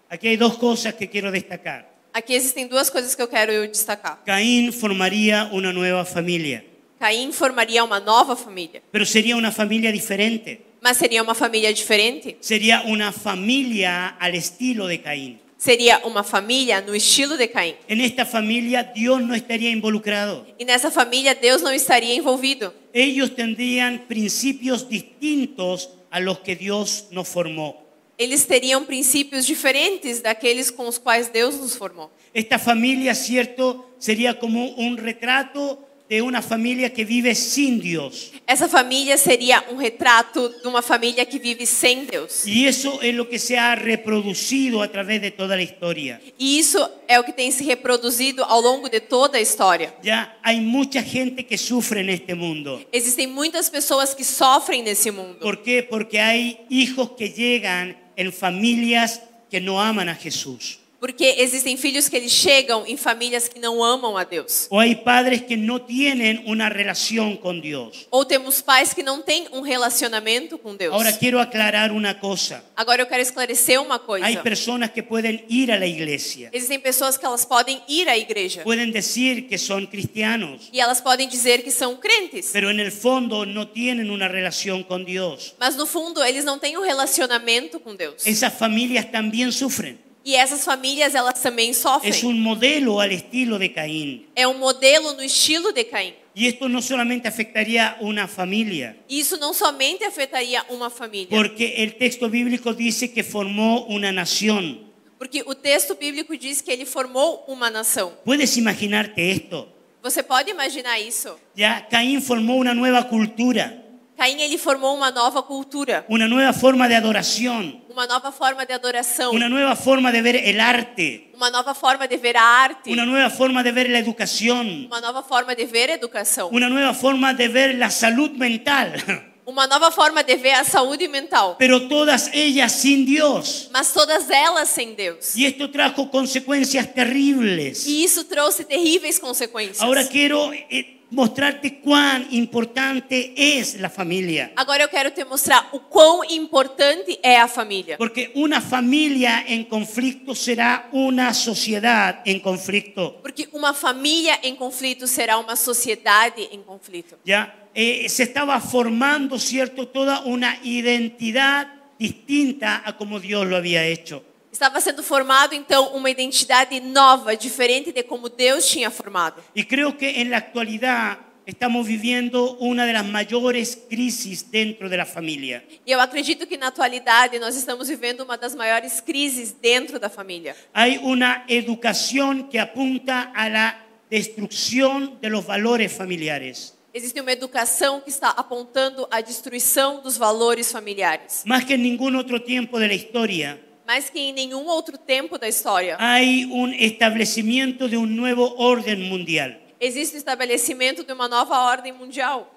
Speaker 3: Aquí hay dos cosas que quiero destacar.
Speaker 2: Aqui existem duas coisas que eu quero destacar.
Speaker 3: Caín formaría una nueva familia,
Speaker 2: Caim formaria uma nova família,
Speaker 3: pero sería una familia diferente.
Speaker 2: mas seria uma família diferente?
Speaker 3: Sería una familia al estilo de Caín.
Speaker 2: Seria uma família no estilo de Caim.
Speaker 3: En esta familia Dios no estaría involucrado.
Speaker 2: E nessa família Deus não estaria envolvido.
Speaker 3: Ellos tendrían principios distintos a los que Dios nos formó.
Speaker 2: Eles teriam princípios diferentes daqueles com os quais Deus nos formou.
Speaker 3: Esta familia, cierto, sería como un retrato de una familia que vive sin Dios.
Speaker 2: Essa família seria um retrato de uma família que vive sem Deus.
Speaker 3: Y eso es lo que se ha reproducido a través de toda la historia.
Speaker 2: E isso é o que tem se reproduzido ao longo de toda a história.
Speaker 3: Ya hay mucha gente que sufre en este mundo.
Speaker 2: Existem muitas pessoas que sofrem nesse mundo.
Speaker 3: ¿Por qué? Porque hay hijos que llegan en familias que no aman a Jesús.
Speaker 2: Porque existem filhos que eles chegam em famílias que não amam a Deus.
Speaker 3: O hay padres que no tienen una relación con Dios.
Speaker 2: Ou temos pais que não têm um relacionamento com Deus.
Speaker 3: Ahora quiero aclarar una cosa.
Speaker 2: Agora eu quero esclarecer uma coisa.
Speaker 3: Hay personas que pueden ir a la iglesia,
Speaker 2: Existem pessoas que elas podem ir à igreja.
Speaker 3: pueden decir que son cristianos,
Speaker 2: E elas podem dizer que são crentes,
Speaker 3: pero en el fondo no tienen una relación con Dios.
Speaker 2: mas no fundo eles não têm um relacionamento com Deus.
Speaker 3: Esas familias también sufren.
Speaker 2: E essas famílias elas também sofrem.
Speaker 3: Es un modelo al estilo de Caín.
Speaker 2: É um modelo no estilo de Caim.
Speaker 3: Y esto no solamente afectaría a una familia,
Speaker 2: E Isso não somente afetaria uma família,
Speaker 3: porque el texto bíblico dice que formó una nación.
Speaker 2: porque o texto bíblico diz que ele formou uma nação.
Speaker 3: Puedes imaginarte esto.
Speaker 2: Você pode imaginar isso?
Speaker 3: Ya Caín formó una nueva cultura,
Speaker 2: Caim ele formou uma nova cultura,
Speaker 3: una nueva forma de adoración,
Speaker 2: uma nova forma de adoração,
Speaker 3: una nueva forma de ver el arte,
Speaker 2: uma nova forma de ver a arte,
Speaker 3: una nueva forma de ver la educación,
Speaker 2: uma nova forma de ver a educação,
Speaker 3: una nueva forma de ver la salud mental. [LAUGHS]
Speaker 2: Uma nova forma de ver a saúde mental,
Speaker 3: pero todas ellas sin Dios.
Speaker 2: mas todas elas sem Deus.
Speaker 3: Y esto trajo consecuencias terribles.
Speaker 2: E isso trouxe terríveis consequências.
Speaker 3: Ahora quiero eh, mostrarte cuán importante es la familia.
Speaker 2: Agora eu quero te mostrar o quão importante é a família.
Speaker 3: Porque una familia en conflicto será una sociedad en conflicto.
Speaker 2: Porque uma família em conflito será uma sociedade em conflito.
Speaker 3: Ya Eh, se estaba formando, cierto, toda una identidad distinta a como Dios lo había hecho.
Speaker 2: Estava sendo formado então uma identidade nova, diferente de como Deus tinha formado.
Speaker 3: Y creo que en la actualidad estamos viviendo una de las mayores crisis dentro de la familia.
Speaker 2: E eu acredito que na atualidade nós estamos vivendo uma das maiores crises dentro da família.
Speaker 3: Hay una educación que apunta a la destrucción de los valores familiares.
Speaker 2: Existe uma educação que está apontando a destruição dos valores familiares.
Speaker 3: Más que en ningún otro tiempo de la historia,
Speaker 2: Mais que em nenhum outro tempo da história,
Speaker 3: hay un establecimiento de un nuevo orden mundial.
Speaker 2: existe o estabelecimento de uma nova ordem mundial.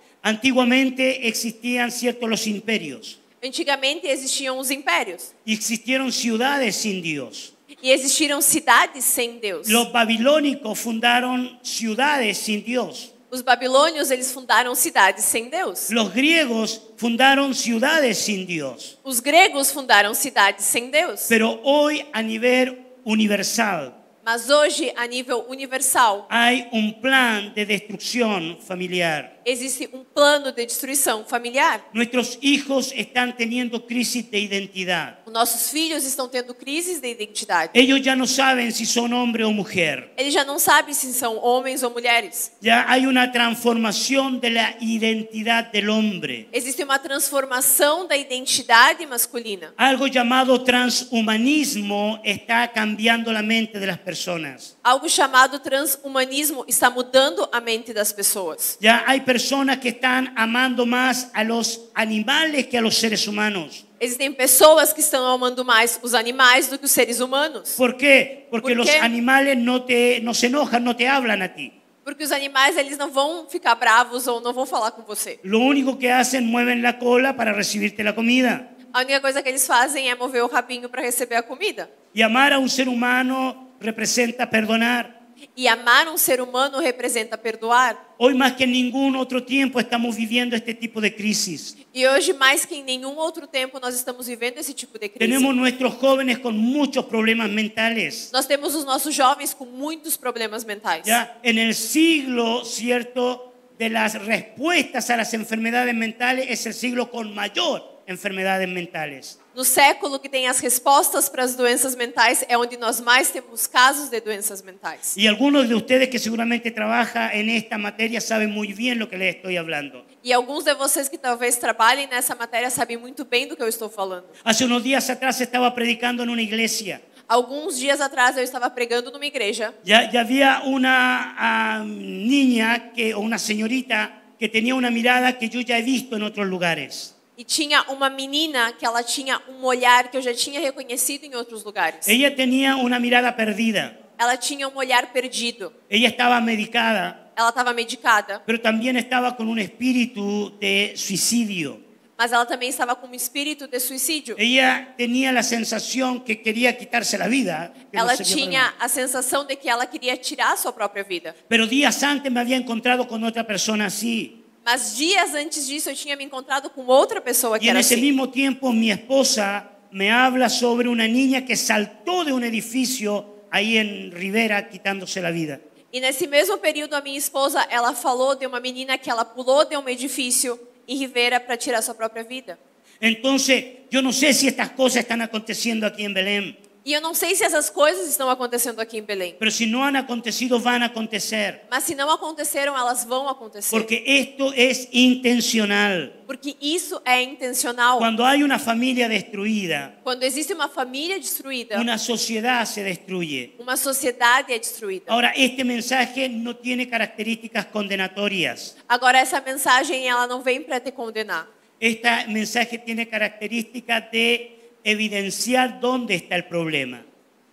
Speaker 3: Antiguamente existían, cierto, los imperios
Speaker 2: Antigamente existiam os impérios
Speaker 3: y existieron ciudades sin Dios.
Speaker 2: e existiram cidades sem Deus.
Speaker 3: Los babilónicos fundaron ciudades sin Dios.
Speaker 2: Os babilônios eles fundaram cidades sem Deus.
Speaker 3: Los griegos fundaron ciudades sin Dios,
Speaker 2: Os gregos fundaram cidades sem Deus.
Speaker 3: pero hoy a nivel universal
Speaker 2: Mas hoje, a nível universal,
Speaker 3: hay un plan de destrucción familiar.
Speaker 2: existe um plano de destruição familiar.
Speaker 3: Nuestros hijos están teniendo crisis de identidad.
Speaker 2: Os nossos filhos estão tendo crises de identidade.
Speaker 3: Ellos ya no saben si son hombre o mujer.
Speaker 2: Eles já não sabem se são homens ou mulheres.
Speaker 3: Ya hay una transformación de la identidad del hombre,
Speaker 2: Existe uma transformação da identidade masculina.
Speaker 3: algo llamado transhumanismo está cambiando la mente de las personas.
Speaker 2: Algo chamado transhumanismo está mudando a mente das pessoas.
Speaker 3: Ya hay personas que están amando más a los animales que a los seres humanos.
Speaker 2: Existem pessoas que estão amando mais os animais do que os seres humanos.
Speaker 3: ¿Por qué? Porque
Speaker 2: ¿Por
Speaker 3: los
Speaker 2: qué?
Speaker 3: animales no, te, no se enojan, no te hablan a ti.
Speaker 2: Porque os animais eles não vão ficar bravos ou não vão falar com você.
Speaker 3: Lo único que hacen, mueven la cola para recibirte la comida.
Speaker 2: A única coisa que eles fazem é mover o rabinho para receber a comida.
Speaker 3: Y amar a un ser humano representa perdonar.
Speaker 2: E amar um ser humano representa perdoar.
Speaker 3: Hoy más que en ningún otro tiempo estamos viviendo este tipo de crisis.
Speaker 2: E hoje, mais que em nenhum outro tempo, nós estamos vivendo esse tipo de crise.
Speaker 3: Tenemos nuestros jóvenes con muchos problemas mentales.
Speaker 2: Nós temos os nossos jovens com muitos problemas mentais.
Speaker 3: Ya en el siglo, cierto, de las respuestas a las enfermedades mentales es el siglo con mayor enfermedades mentales.
Speaker 2: No século que tem as respostas para as doenças mentais, é onde nós mais temos casos de doenças mentais.
Speaker 3: Y algunos de ustedes que seguramente trabaja en esta materia saben muy bien lo que les estoy hablando.
Speaker 2: E alguns de vocês que talvez trabalhem nessa matéria sabem muito bem do que eu estou falando.
Speaker 3: Hace unos días atrás estaba predicando en una iglesia.
Speaker 2: Alguns dias atrás eu estava pregando numa igreja
Speaker 3: Ya, ya había una ah, niña que, o una señorita que tenía una mirada que yo ya he visto en otros lugares.
Speaker 2: e tinha uma menina que ela tinha um olhar que eu já tinha reconhecido em outros lugares.
Speaker 3: Ella tenía una mirada perdida.
Speaker 2: Ela tinha um olhar perdido.
Speaker 3: Ella estaba medicada,
Speaker 2: Ela estava medicada,
Speaker 3: pero también estaba con un espíritu de suicidio.
Speaker 2: mas ela também estava com um espírito de suicídio.
Speaker 3: Ella tenía la sensación que quería quitarse la vida. que no
Speaker 2: Ela
Speaker 3: servía para
Speaker 2: tinha
Speaker 3: nada.
Speaker 2: a sensação de que ela queria tirar a sua própria vida.
Speaker 3: Pero días antes me había encontrado con otra persona así.
Speaker 2: Mas dias antes disso eu tinha me encontrado com outra pessoa que
Speaker 3: Y en
Speaker 2: era
Speaker 3: ese
Speaker 2: assim.
Speaker 3: mismo tiempo mi esposa me habla sobre una niña que saltó de un edificio ahí en Rivera quitándose la vida.
Speaker 2: E nesse mesmo período a minha esposa, ela falou de uma menina que ela pulou de um edifício em Rivera para tirar sua própria vida.
Speaker 3: Entonces, yo no sé si estas cosas están aconteciendo aquí en Belén,
Speaker 2: E eu não sei se essas coisas estão acontecendo aqui em Belém,
Speaker 3: pero si no han acontecido, van a acontecer,
Speaker 2: mas se não aconteceram, elas vão acontecer.
Speaker 3: porque esto es intencional.
Speaker 2: Porque isso é intencional.
Speaker 3: Cuando hay una familia destruida,
Speaker 2: Quando existe uma família destruída,
Speaker 3: una sociedad se destruye.
Speaker 2: uma sociedade é destruída.
Speaker 3: Ahora, este mensaje no tiene características condenatorias.
Speaker 2: Agora essa mensagem ela não vem para te condenar.
Speaker 3: Este mensaje tiene características de evidenciar dónde está el problema.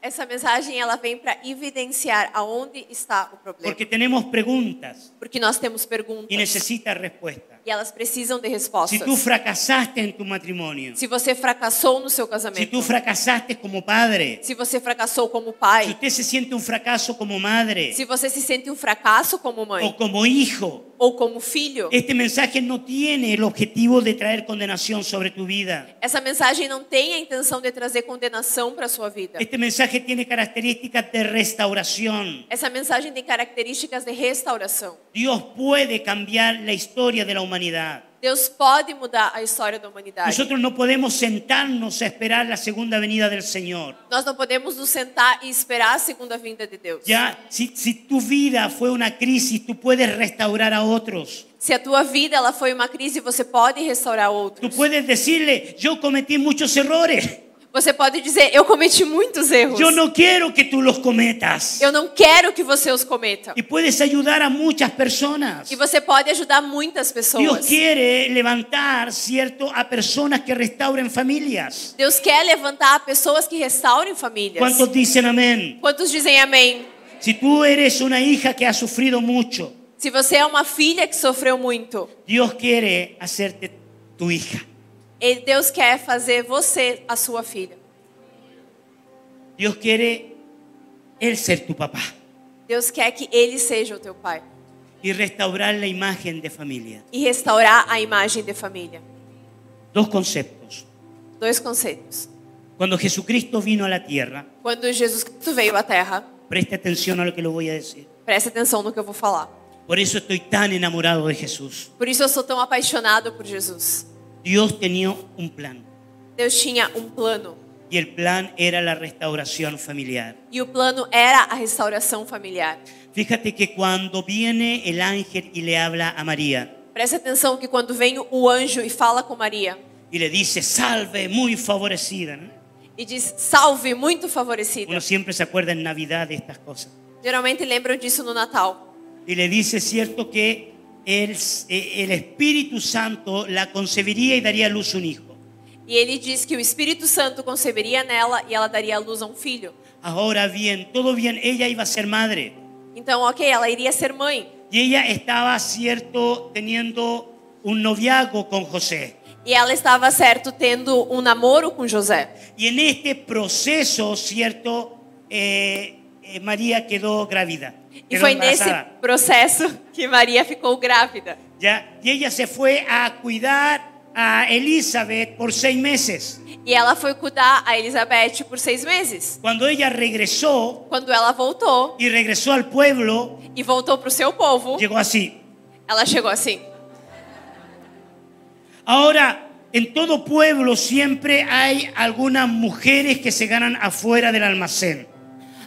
Speaker 2: Essa mensagem ela vem para evidenciar aonde está o problema.
Speaker 3: Porque tenemos preguntas
Speaker 2: Porque nós temos
Speaker 3: y
Speaker 2: perguntas
Speaker 3: necesita respuesta.
Speaker 2: E elas precisam de
Speaker 3: Si
Speaker 2: respostas.
Speaker 3: tú fracasaste en tu matrimonio,
Speaker 2: Se você fracassou no seu
Speaker 3: si
Speaker 2: casamento,
Speaker 3: tú fracasaste como padre,
Speaker 2: se você fracassou como
Speaker 3: si
Speaker 2: pai,
Speaker 3: usted se siente un fracaso como madre
Speaker 2: se você se sente um fracasso como
Speaker 3: o
Speaker 2: mãe
Speaker 3: como hijo,
Speaker 2: ou como filho,
Speaker 3: este mensaje no tiene el objetivo de traer condenación sobre tu vida.
Speaker 2: essa mensagem não tem a intenção de trazer condenação para sua vida.
Speaker 3: Este mensaje tiene características de restauración.
Speaker 2: Essa mensagem tem características de restauração.
Speaker 3: Dios puede cambiar la historia de la humanidad.
Speaker 2: Deus pode mudar a história da humanidade.
Speaker 3: Nosotros no podemos sentarnos a esperar la segunda venida del Señor.
Speaker 2: Nós não podemos nos sentar e esperar a segunda vinda de Deus.
Speaker 3: Ya, si, si tu vida fue una crisis, tú puedes restaurar a otros.
Speaker 2: Se a tua vida ela foi uma crise, você pode restaurar
Speaker 3: Tú
Speaker 2: outros.
Speaker 3: puedes decirle, yo cometí muchos errores.
Speaker 2: Você pode dizer, eu cometi muitos erros.
Speaker 3: Yo no quiero que tú los cometas.
Speaker 2: Eu não quero que você os cometa.
Speaker 3: Y puedes ayudar a muchas personas.
Speaker 2: E você pode ajudar muitas
Speaker 3: Dios
Speaker 2: pessoas.
Speaker 3: quiere levantar, ¿cierto?, a personas que restauren familias.
Speaker 2: Deus quer levantar pessoas que restaurem famílias.
Speaker 3: ¿Cuántos dicen amén?
Speaker 2: Quantos dizem amém?
Speaker 3: Si tú eres una hija que ha sufrido mucho,
Speaker 2: Se você é uma filha que sofreu muito,
Speaker 3: Dios quiere hacerte tu hija.
Speaker 2: e Deus quer fazer você a sua filha.
Speaker 3: Dios quiere Él ser tu papá
Speaker 2: Deus quer que ele seja o teu pai
Speaker 3: y restaurar la imagen de familia.
Speaker 2: e restaurar a imagem de família.
Speaker 3: Dos conceptos.
Speaker 2: Dois conceitos.
Speaker 3: Cuando Jesucristo vino a la tierra,
Speaker 2: Quando Jesus Cristo veio à Terra,
Speaker 3: preste atención a lo que lo voy a decir.
Speaker 2: preste atenção no que eu vou falar.
Speaker 3: Por eso estoy tan enamorado de Jesús.
Speaker 2: Por isso eu sou tão apaixonado por Jesus.
Speaker 3: Dios tenía un plan
Speaker 2: Deus tinha um plano
Speaker 3: y el plan era la restauración familiar.
Speaker 2: e o plano era a restauração familiar.
Speaker 3: Fíjate que cuando viene el ángel y le habla a María
Speaker 2: Preste atenção que quando vem o anjo e fala com Maria
Speaker 3: y le dice, salve, muy favorecida. ¿no?
Speaker 2: e diz: "Salve, muito favorecida".
Speaker 3: Uno siempre se acuerda en Navidad de estas cosas.
Speaker 2: Geralmente lembram disso no Natal.
Speaker 3: Y le dice, cierto, que el, eh, el Espíritu Santo la concebiría y daría a luz un hijo.
Speaker 2: E ele diz que o Espírito Santo conceberia nela e ela daria à luz a um filho.
Speaker 3: Ahora bien, todo bien, ella iba a ser madre.
Speaker 2: Então, OK, ela iria ser mãe.
Speaker 3: Y ella estaba, cierto, teniendo un noviazgo con José.
Speaker 2: E ela estava certo tendo um namoro com José.
Speaker 3: Y en este proceso, cierto, eh, eh, María quedó grávida.
Speaker 2: E
Speaker 3: Quedó
Speaker 2: foi nesse
Speaker 3: embarazada.
Speaker 2: processo que Maria ficou grávida.
Speaker 3: ¿ya? Y ella se fue a cuidar a Elizabeth por seis meses.
Speaker 2: E ela foi cuidar a Elizabeth por seis meses.
Speaker 3: Cuando ella regresó
Speaker 2: Quando ela voltou
Speaker 3: y regresó al pueblo,
Speaker 2: e voltou para o seu povo,
Speaker 3: llegó así.
Speaker 2: ela chegou assim.
Speaker 3: Ahora, en todo pueblo siempre hay algunas mujeres que se ganan afuera del almacén.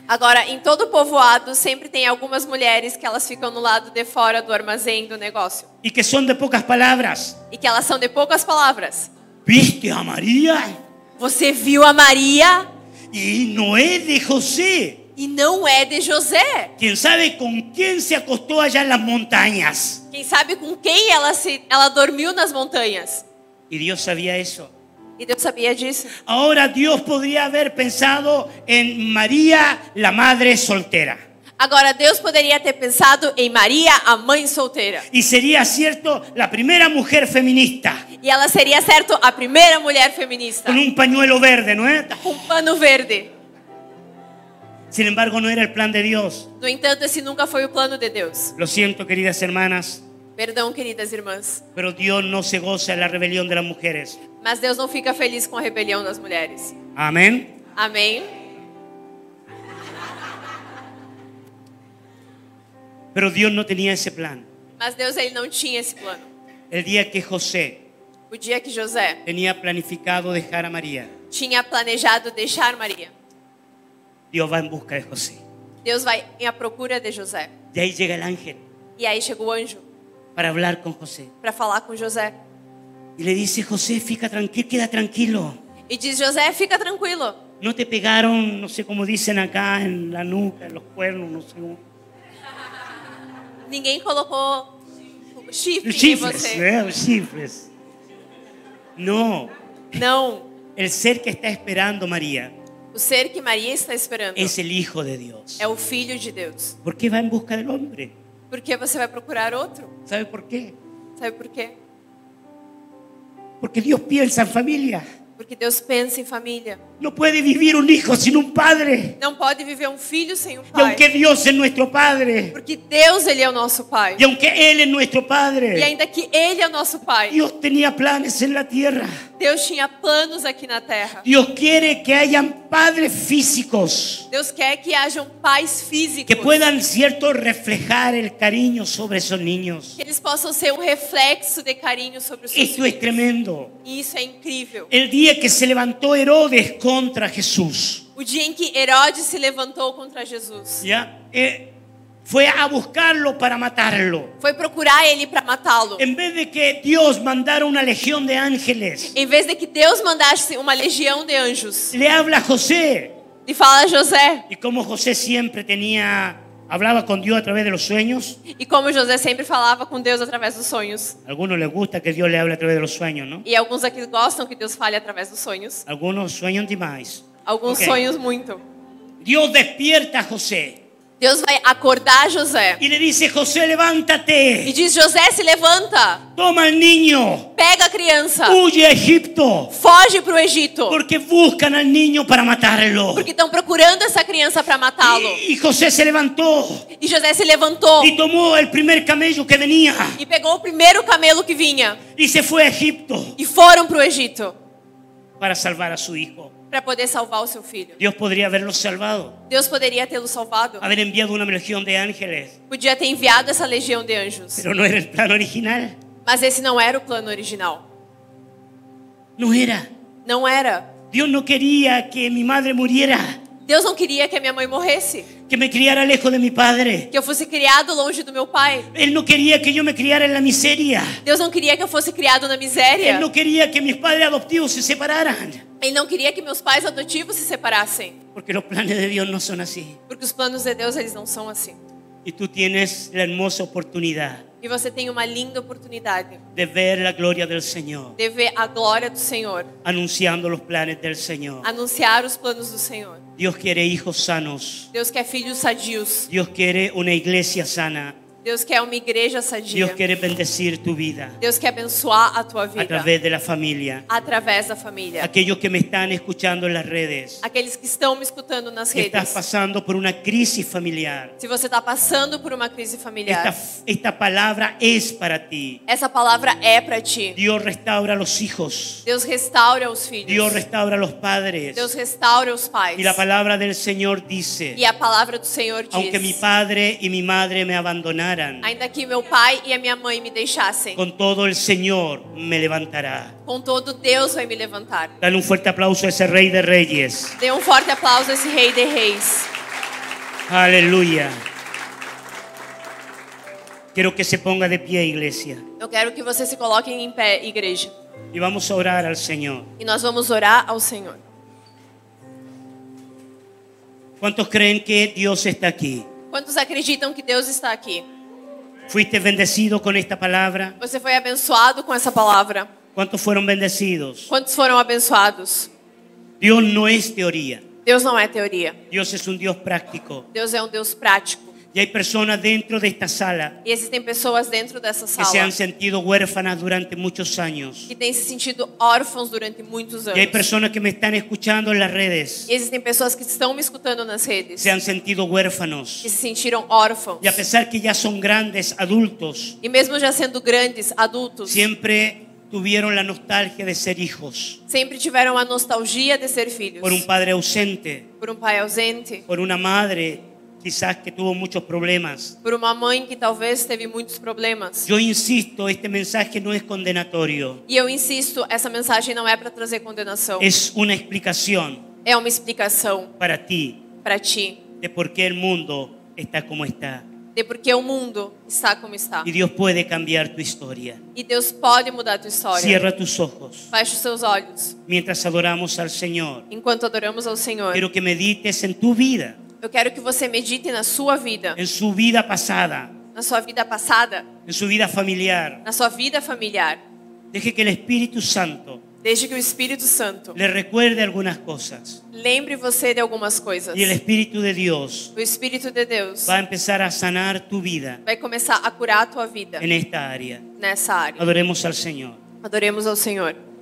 Speaker 2: Agora, em todo povoado, sempre tem algumas mulheres que elas ficam no lado de fora do armazém do negócio.
Speaker 3: Y que son de pocas palabras.
Speaker 2: E que elas são de poucas palavras.
Speaker 3: ¿Viste a María?
Speaker 2: Você viu a Maria
Speaker 3: Y no es de José.
Speaker 2: e não é de José.
Speaker 3: Quien sabe con quién se acostó allá en las montañas.
Speaker 2: Quem sabe com quem ela se ela dormiu nas montanhas.
Speaker 3: Y Dios sabía eso.
Speaker 2: E Deus sabia disso.
Speaker 3: Ahora Dios podría haber pensado en María, la madre soltera.
Speaker 2: Agora Deus poderia ter pensado em Maria, a mãe solteira.
Speaker 3: Y sería cierto la primera mujer feminista.
Speaker 2: E ela seria, certo, a primeira mulher feminista.
Speaker 3: Con un pañuelo verde, ¿no es?
Speaker 2: Com pano verde.
Speaker 3: Sin embargo, no era el plan de Dios.
Speaker 2: No entanto, esse nunca foi o plano de Deus.
Speaker 3: Lo siento, queridas hermanas,
Speaker 2: Perdão, queridas irmãs.
Speaker 3: pero Dios no se goza de la rebelión de las mujeres.
Speaker 2: Mas Deus não fica feliz com a rebelião das mulheres.
Speaker 3: Amén.
Speaker 2: Amém?
Speaker 3: Pero Dios no tenía ese plan.
Speaker 2: Mas Deus ele não tinha esse plano.
Speaker 3: El día que José
Speaker 2: O dia que José
Speaker 3: tenía planificado dejar a María,
Speaker 2: tinha planejado deixar Maria,
Speaker 3: Dios va en busca de José.
Speaker 2: Deus vai em à procura de José.
Speaker 3: Y ahí llega el ángel
Speaker 2: E aí chega o anjo
Speaker 3: para hablar con José.
Speaker 2: para falar com José.
Speaker 3: Y le dice, José, fica tranquilo, queda tranquilo.
Speaker 2: E diz: José, fica tranquilo.
Speaker 3: No te pegaron, no sé cómo dicen acá, en la nuca, en los cuernos, no sé cómo.
Speaker 2: Ninguém colocou chifre, em
Speaker 3: Chifres,
Speaker 2: você.
Speaker 3: ¿eh? Chifres. No,
Speaker 2: Não.
Speaker 3: el ser que está esperando María
Speaker 2: O ser que Maria está esperando
Speaker 3: es el Hijo de Dios.
Speaker 2: é o filho de Deus.
Speaker 3: ¿Por qué va en busca del hombre?
Speaker 2: Porque você vai procurar outro.
Speaker 3: ¿Sabe por qué?
Speaker 2: Sabe por quê?
Speaker 3: Porque Dios piensa en familia.
Speaker 2: Porque Deus pensa em família.
Speaker 3: No puede vivir un hijo sin un padre.
Speaker 2: Não pode viver um filho sem um
Speaker 3: Y
Speaker 2: pai.
Speaker 3: aunque Dios es nuestro padre,
Speaker 2: Porque Deus, Ele é o nosso pai.
Speaker 3: y aunque Él es nuestro
Speaker 2: E
Speaker 3: padre,
Speaker 2: ainda que Ele é o nosso pai,
Speaker 3: Dios tenía planes en la tierra.
Speaker 2: Deus tinha planos aqui na terra.
Speaker 3: Dios quiere que hayan padres físicos
Speaker 2: Deus quer que hajam pais físicos.
Speaker 3: que puedan, cierto, reflejar el cariño sobre esos niños.
Speaker 2: Que eles possam ser um reflexo de carinho sobre os seus
Speaker 3: Esto es
Speaker 2: filhos.
Speaker 3: é tremendo.
Speaker 2: E Isso é incrível.
Speaker 3: El día que se levantó Herodes contra Jesús,
Speaker 2: O dia em que Herodes se levantou contra Jesus,
Speaker 3: ¿ya? Eh, fue a buscarlo para matarlo.
Speaker 2: foi procurar ele para matá-lo.
Speaker 3: En vez de que Dios mandara una legión de ángeles,
Speaker 2: Em vez de que Deus mandasse uma legião de anjos,
Speaker 3: le habla a José.
Speaker 2: e fala a José.
Speaker 3: Y como José siempre tenía, hablaba con Dios a través de los sueños.
Speaker 2: E como José sempre falava com Deus através dos sonhos.
Speaker 3: A algunos les gusta que Dios le hable a través de los sueños, ¿no?
Speaker 2: E alguns aqui gostam que Deus fale através dos sonhos.
Speaker 3: Algunos sueñan demás.
Speaker 2: Alguns
Speaker 3: Ok.
Speaker 2: sonhos muito.
Speaker 3: Dios despierta a José
Speaker 2: Deus vai acordar José
Speaker 3: y le dice, José,
Speaker 2: e
Speaker 3: levántate,
Speaker 2: diz: José, se levanta,
Speaker 3: toma al niño,
Speaker 2: pega a criança,
Speaker 3: huye a Egipto,
Speaker 2: foge para o Egito,
Speaker 3: porque buscan al niño para matarlo.
Speaker 2: porque estão procurando essa criança para matá-lo.
Speaker 3: Y José se levantó
Speaker 2: E José se levantou
Speaker 3: y tomó el primer camello que venía
Speaker 2: e pegou o primeiro camelo que vinha
Speaker 3: y se fue a Egipto
Speaker 2: e foram para o Egito
Speaker 3: para salvar a su hijo.
Speaker 2: para poder salvar o seu filho.
Speaker 3: Dios podría haberlo salvado,
Speaker 2: Deus poderia tê-lo salvado,
Speaker 3: haber enviado una legión de ángeles,
Speaker 2: podia ter enviado essa legião de anjos,
Speaker 3: pero no era el plan original.
Speaker 2: mas esse não era o plano original.
Speaker 3: No era.
Speaker 2: Não era.
Speaker 3: Dios no quería que mi madre muriera,
Speaker 2: Deus não queria que a minha mãe morresse,
Speaker 3: que me criara lejos de mi padre.
Speaker 2: que eu fosse criado longe do meu pai.
Speaker 3: Él no quería que yo me criara en la miseria.
Speaker 2: Deus não queria que eu fosse criado na miséria.
Speaker 3: Él no quería que mis padres adoptivos se separaran.
Speaker 2: Ele não queria que meus pais adotivos se separassem,
Speaker 3: Porque los planes de Dios no son así.
Speaker 2: porque os planos de Deus eles não são assim.
Speaker 3: Y tú tienes la hermosa oportunidad
Speaker 2: E você tem uma linda oportunidade
Speaker 3: de ver la gloria del Señor,
Speaker 2: de ver a glória do Senhor,
Speaker 3: anunciando los planes del Señor.
Speaker 2: anunciar os planos do Senhor.
Speaker 3: Dios quiere hijos sanos.
Speaker 2: Deus quer filhos sadios.
Speaker 3: Dios quiere una iglesia sana.
Speaker 2: Deus quer uma igreja
Speaker 3: Dios
Speaker 2: sadia.
Speaker 3: quiere bendecir tu vida
Speaker 2: Deus quer abençoar a tua
Speaker 3: a
Speaker 2: vida
Speaker 3: través de la familia.
Speaker 2: através da família.
Speaker 3: Aquellos que me están escuchando en las redes,
Speaker 2: Aqueles que estão me escutando nas
Speaker 3: que estás
Speaker 2: redes.
Speaker 3: pasando por una crisis familiar,
Speaker 2: Se você está passando por uma crise
Speaker 3: tá
Speaker 2: familiar,
Speaker 3: esta, esta palabra es para ti.
Speaker 2: essa palavra é para ti.
Speaker 3: Dios restaura a los hijos.
Speaker 2: Deus restaura os filhos.
Speaker 3: Dios restaura a los padres.
Speaker 2: Deus restaura os pais.
Speaker 3: Y la palabra del Señor dice,
Speaker 2: E a palavra do Senhor
Speaker 3: aunque mi
Speaker 2: diz:
Speaker 3: padre y mi madre me abandonaran,
Speaker 2: Ainda que meu pai e a minha mãe me deixassem,
Speaker 3: con todo el Señor me levantará.
Speaker 2: com todo Deus vai me levantar.
Speaker 3: Dale un fuerte aplauso a ese Rey de Reyes.
Speaker 2: Dê um forte aplauso a esse Rei de Reis.
Speaker 3: Aleluya. Quiero que se ponga de pie, iglesia.
Speaker 2: Eu quero que você se coloque em pé, igreja.
Speaker 3: Y vamos a orar al Señor.
Speaker 2: E nós vamos orar ao Senhor.
Speaker 3: ¿Cuántos creen que Dios está aquí?
Speaker 2: Quantos acreditam que Deus está aqui?
Speaker 3: ¿Fuiste bendecido con esta palabra?
Speaker 2: Você foi abençoado com essa palavra?
Speaker 3: ¿Cuántos fueron bendecidos?
Speaker 2: Quantos foram abençoados?
Speaker 3: Dios no es teoría.
Speaker 2: Deus não é teoria.
Speaker 3: Dios es un Dios práctico.
Speaker 2: Deus é um Deus prático.
Speaker 3: Y hay personas dentro de esta sala
Speaker 2: E existem pessoas dentro dessa
Speaker 3: que se
Speaker 2: sala
Speaker 3: han sentido huérfanas durante muchos años.
Speaker 2: que têm se sentido órfãos durante muitos
Speaker 3: Y hay
Speaker 2: anos.
Speaker 3: personas que me están escuchando en las redes.
Speaker 2: E existem pessoas que estão me escutando nas redes
Speaker 3: Se han sentido
Speaker 2: que
Speaker 3: huérfanos.
Speaker 2: se sentiram órfãos.
Speaker 3: Y a pesar que ya son grandes adultos,
Speaker 2: E mesmo já sendo grandes, adultos,
Speaker 3: siempre tuvieron la nostalgia de ser hijos
Speaker 2: sempre tiveram a nostalgia de ser filhos.
Speaker 3: por um un padre ausente,
Speaker 2: Por um pai ausente,
Speaker 3: por una madre quizás que tuvo muchos problemas.
Speaker 2: por uma mãe que talvez teve muitos problemas.
Speaker 3: Yo insisto, este mensaje no es condenatorio,
Speaker 2: E eu insisto, essa mensagem não é para trazer condenação.
Speaker 3: es una explicación
Speaker 2: É uma explicação
Speaker 3: para ti
Speaker 2: para ti
Speaker 3: de por qué el mundo está como está.
Speaker 2: de por que o mundo está como está.
Speaker 3: Y Dios puede cambiar tu historia.
Speaker 2: E Deus pode mudar a tua história.
Speaker 3: Cierra tus ojos
Speaker 2: Feche os seus olhos
Speaker 3: mientras adoramos al Señor.
Speaker 2: enquanto adoramos ao Senhor.
Speaker 3: Quiero que medites en tu vida,
Speaker 2: Eu quero que você medite na sua vida,
Speaker 3: en su vida pasada,
Speaker 2: na sua vida passada,
Speaker 3: en su vida familiar.
Speaker 2: na sua vida familiar,
Speaker 3: Deje que el Espíritu Santo
Speaker 2: desde que o Espírito Santo
Speaker 3: le recuerde algunas cosas.
Speaker 2: lembre você de algumas coisas.
Speaker 3: Y el Espíritu de Dios
Speaker 2: O Espírito de Deus
Speaker 3: va a empezar a sanar tu vida
Speaker 2: vai começar a curar a tua vida
Speaker 3: en esta área.
Speaker 2: nessa área.
Speaker 3: Adoremos al Señor.
Speaker 2: Adoremos ao Senhor.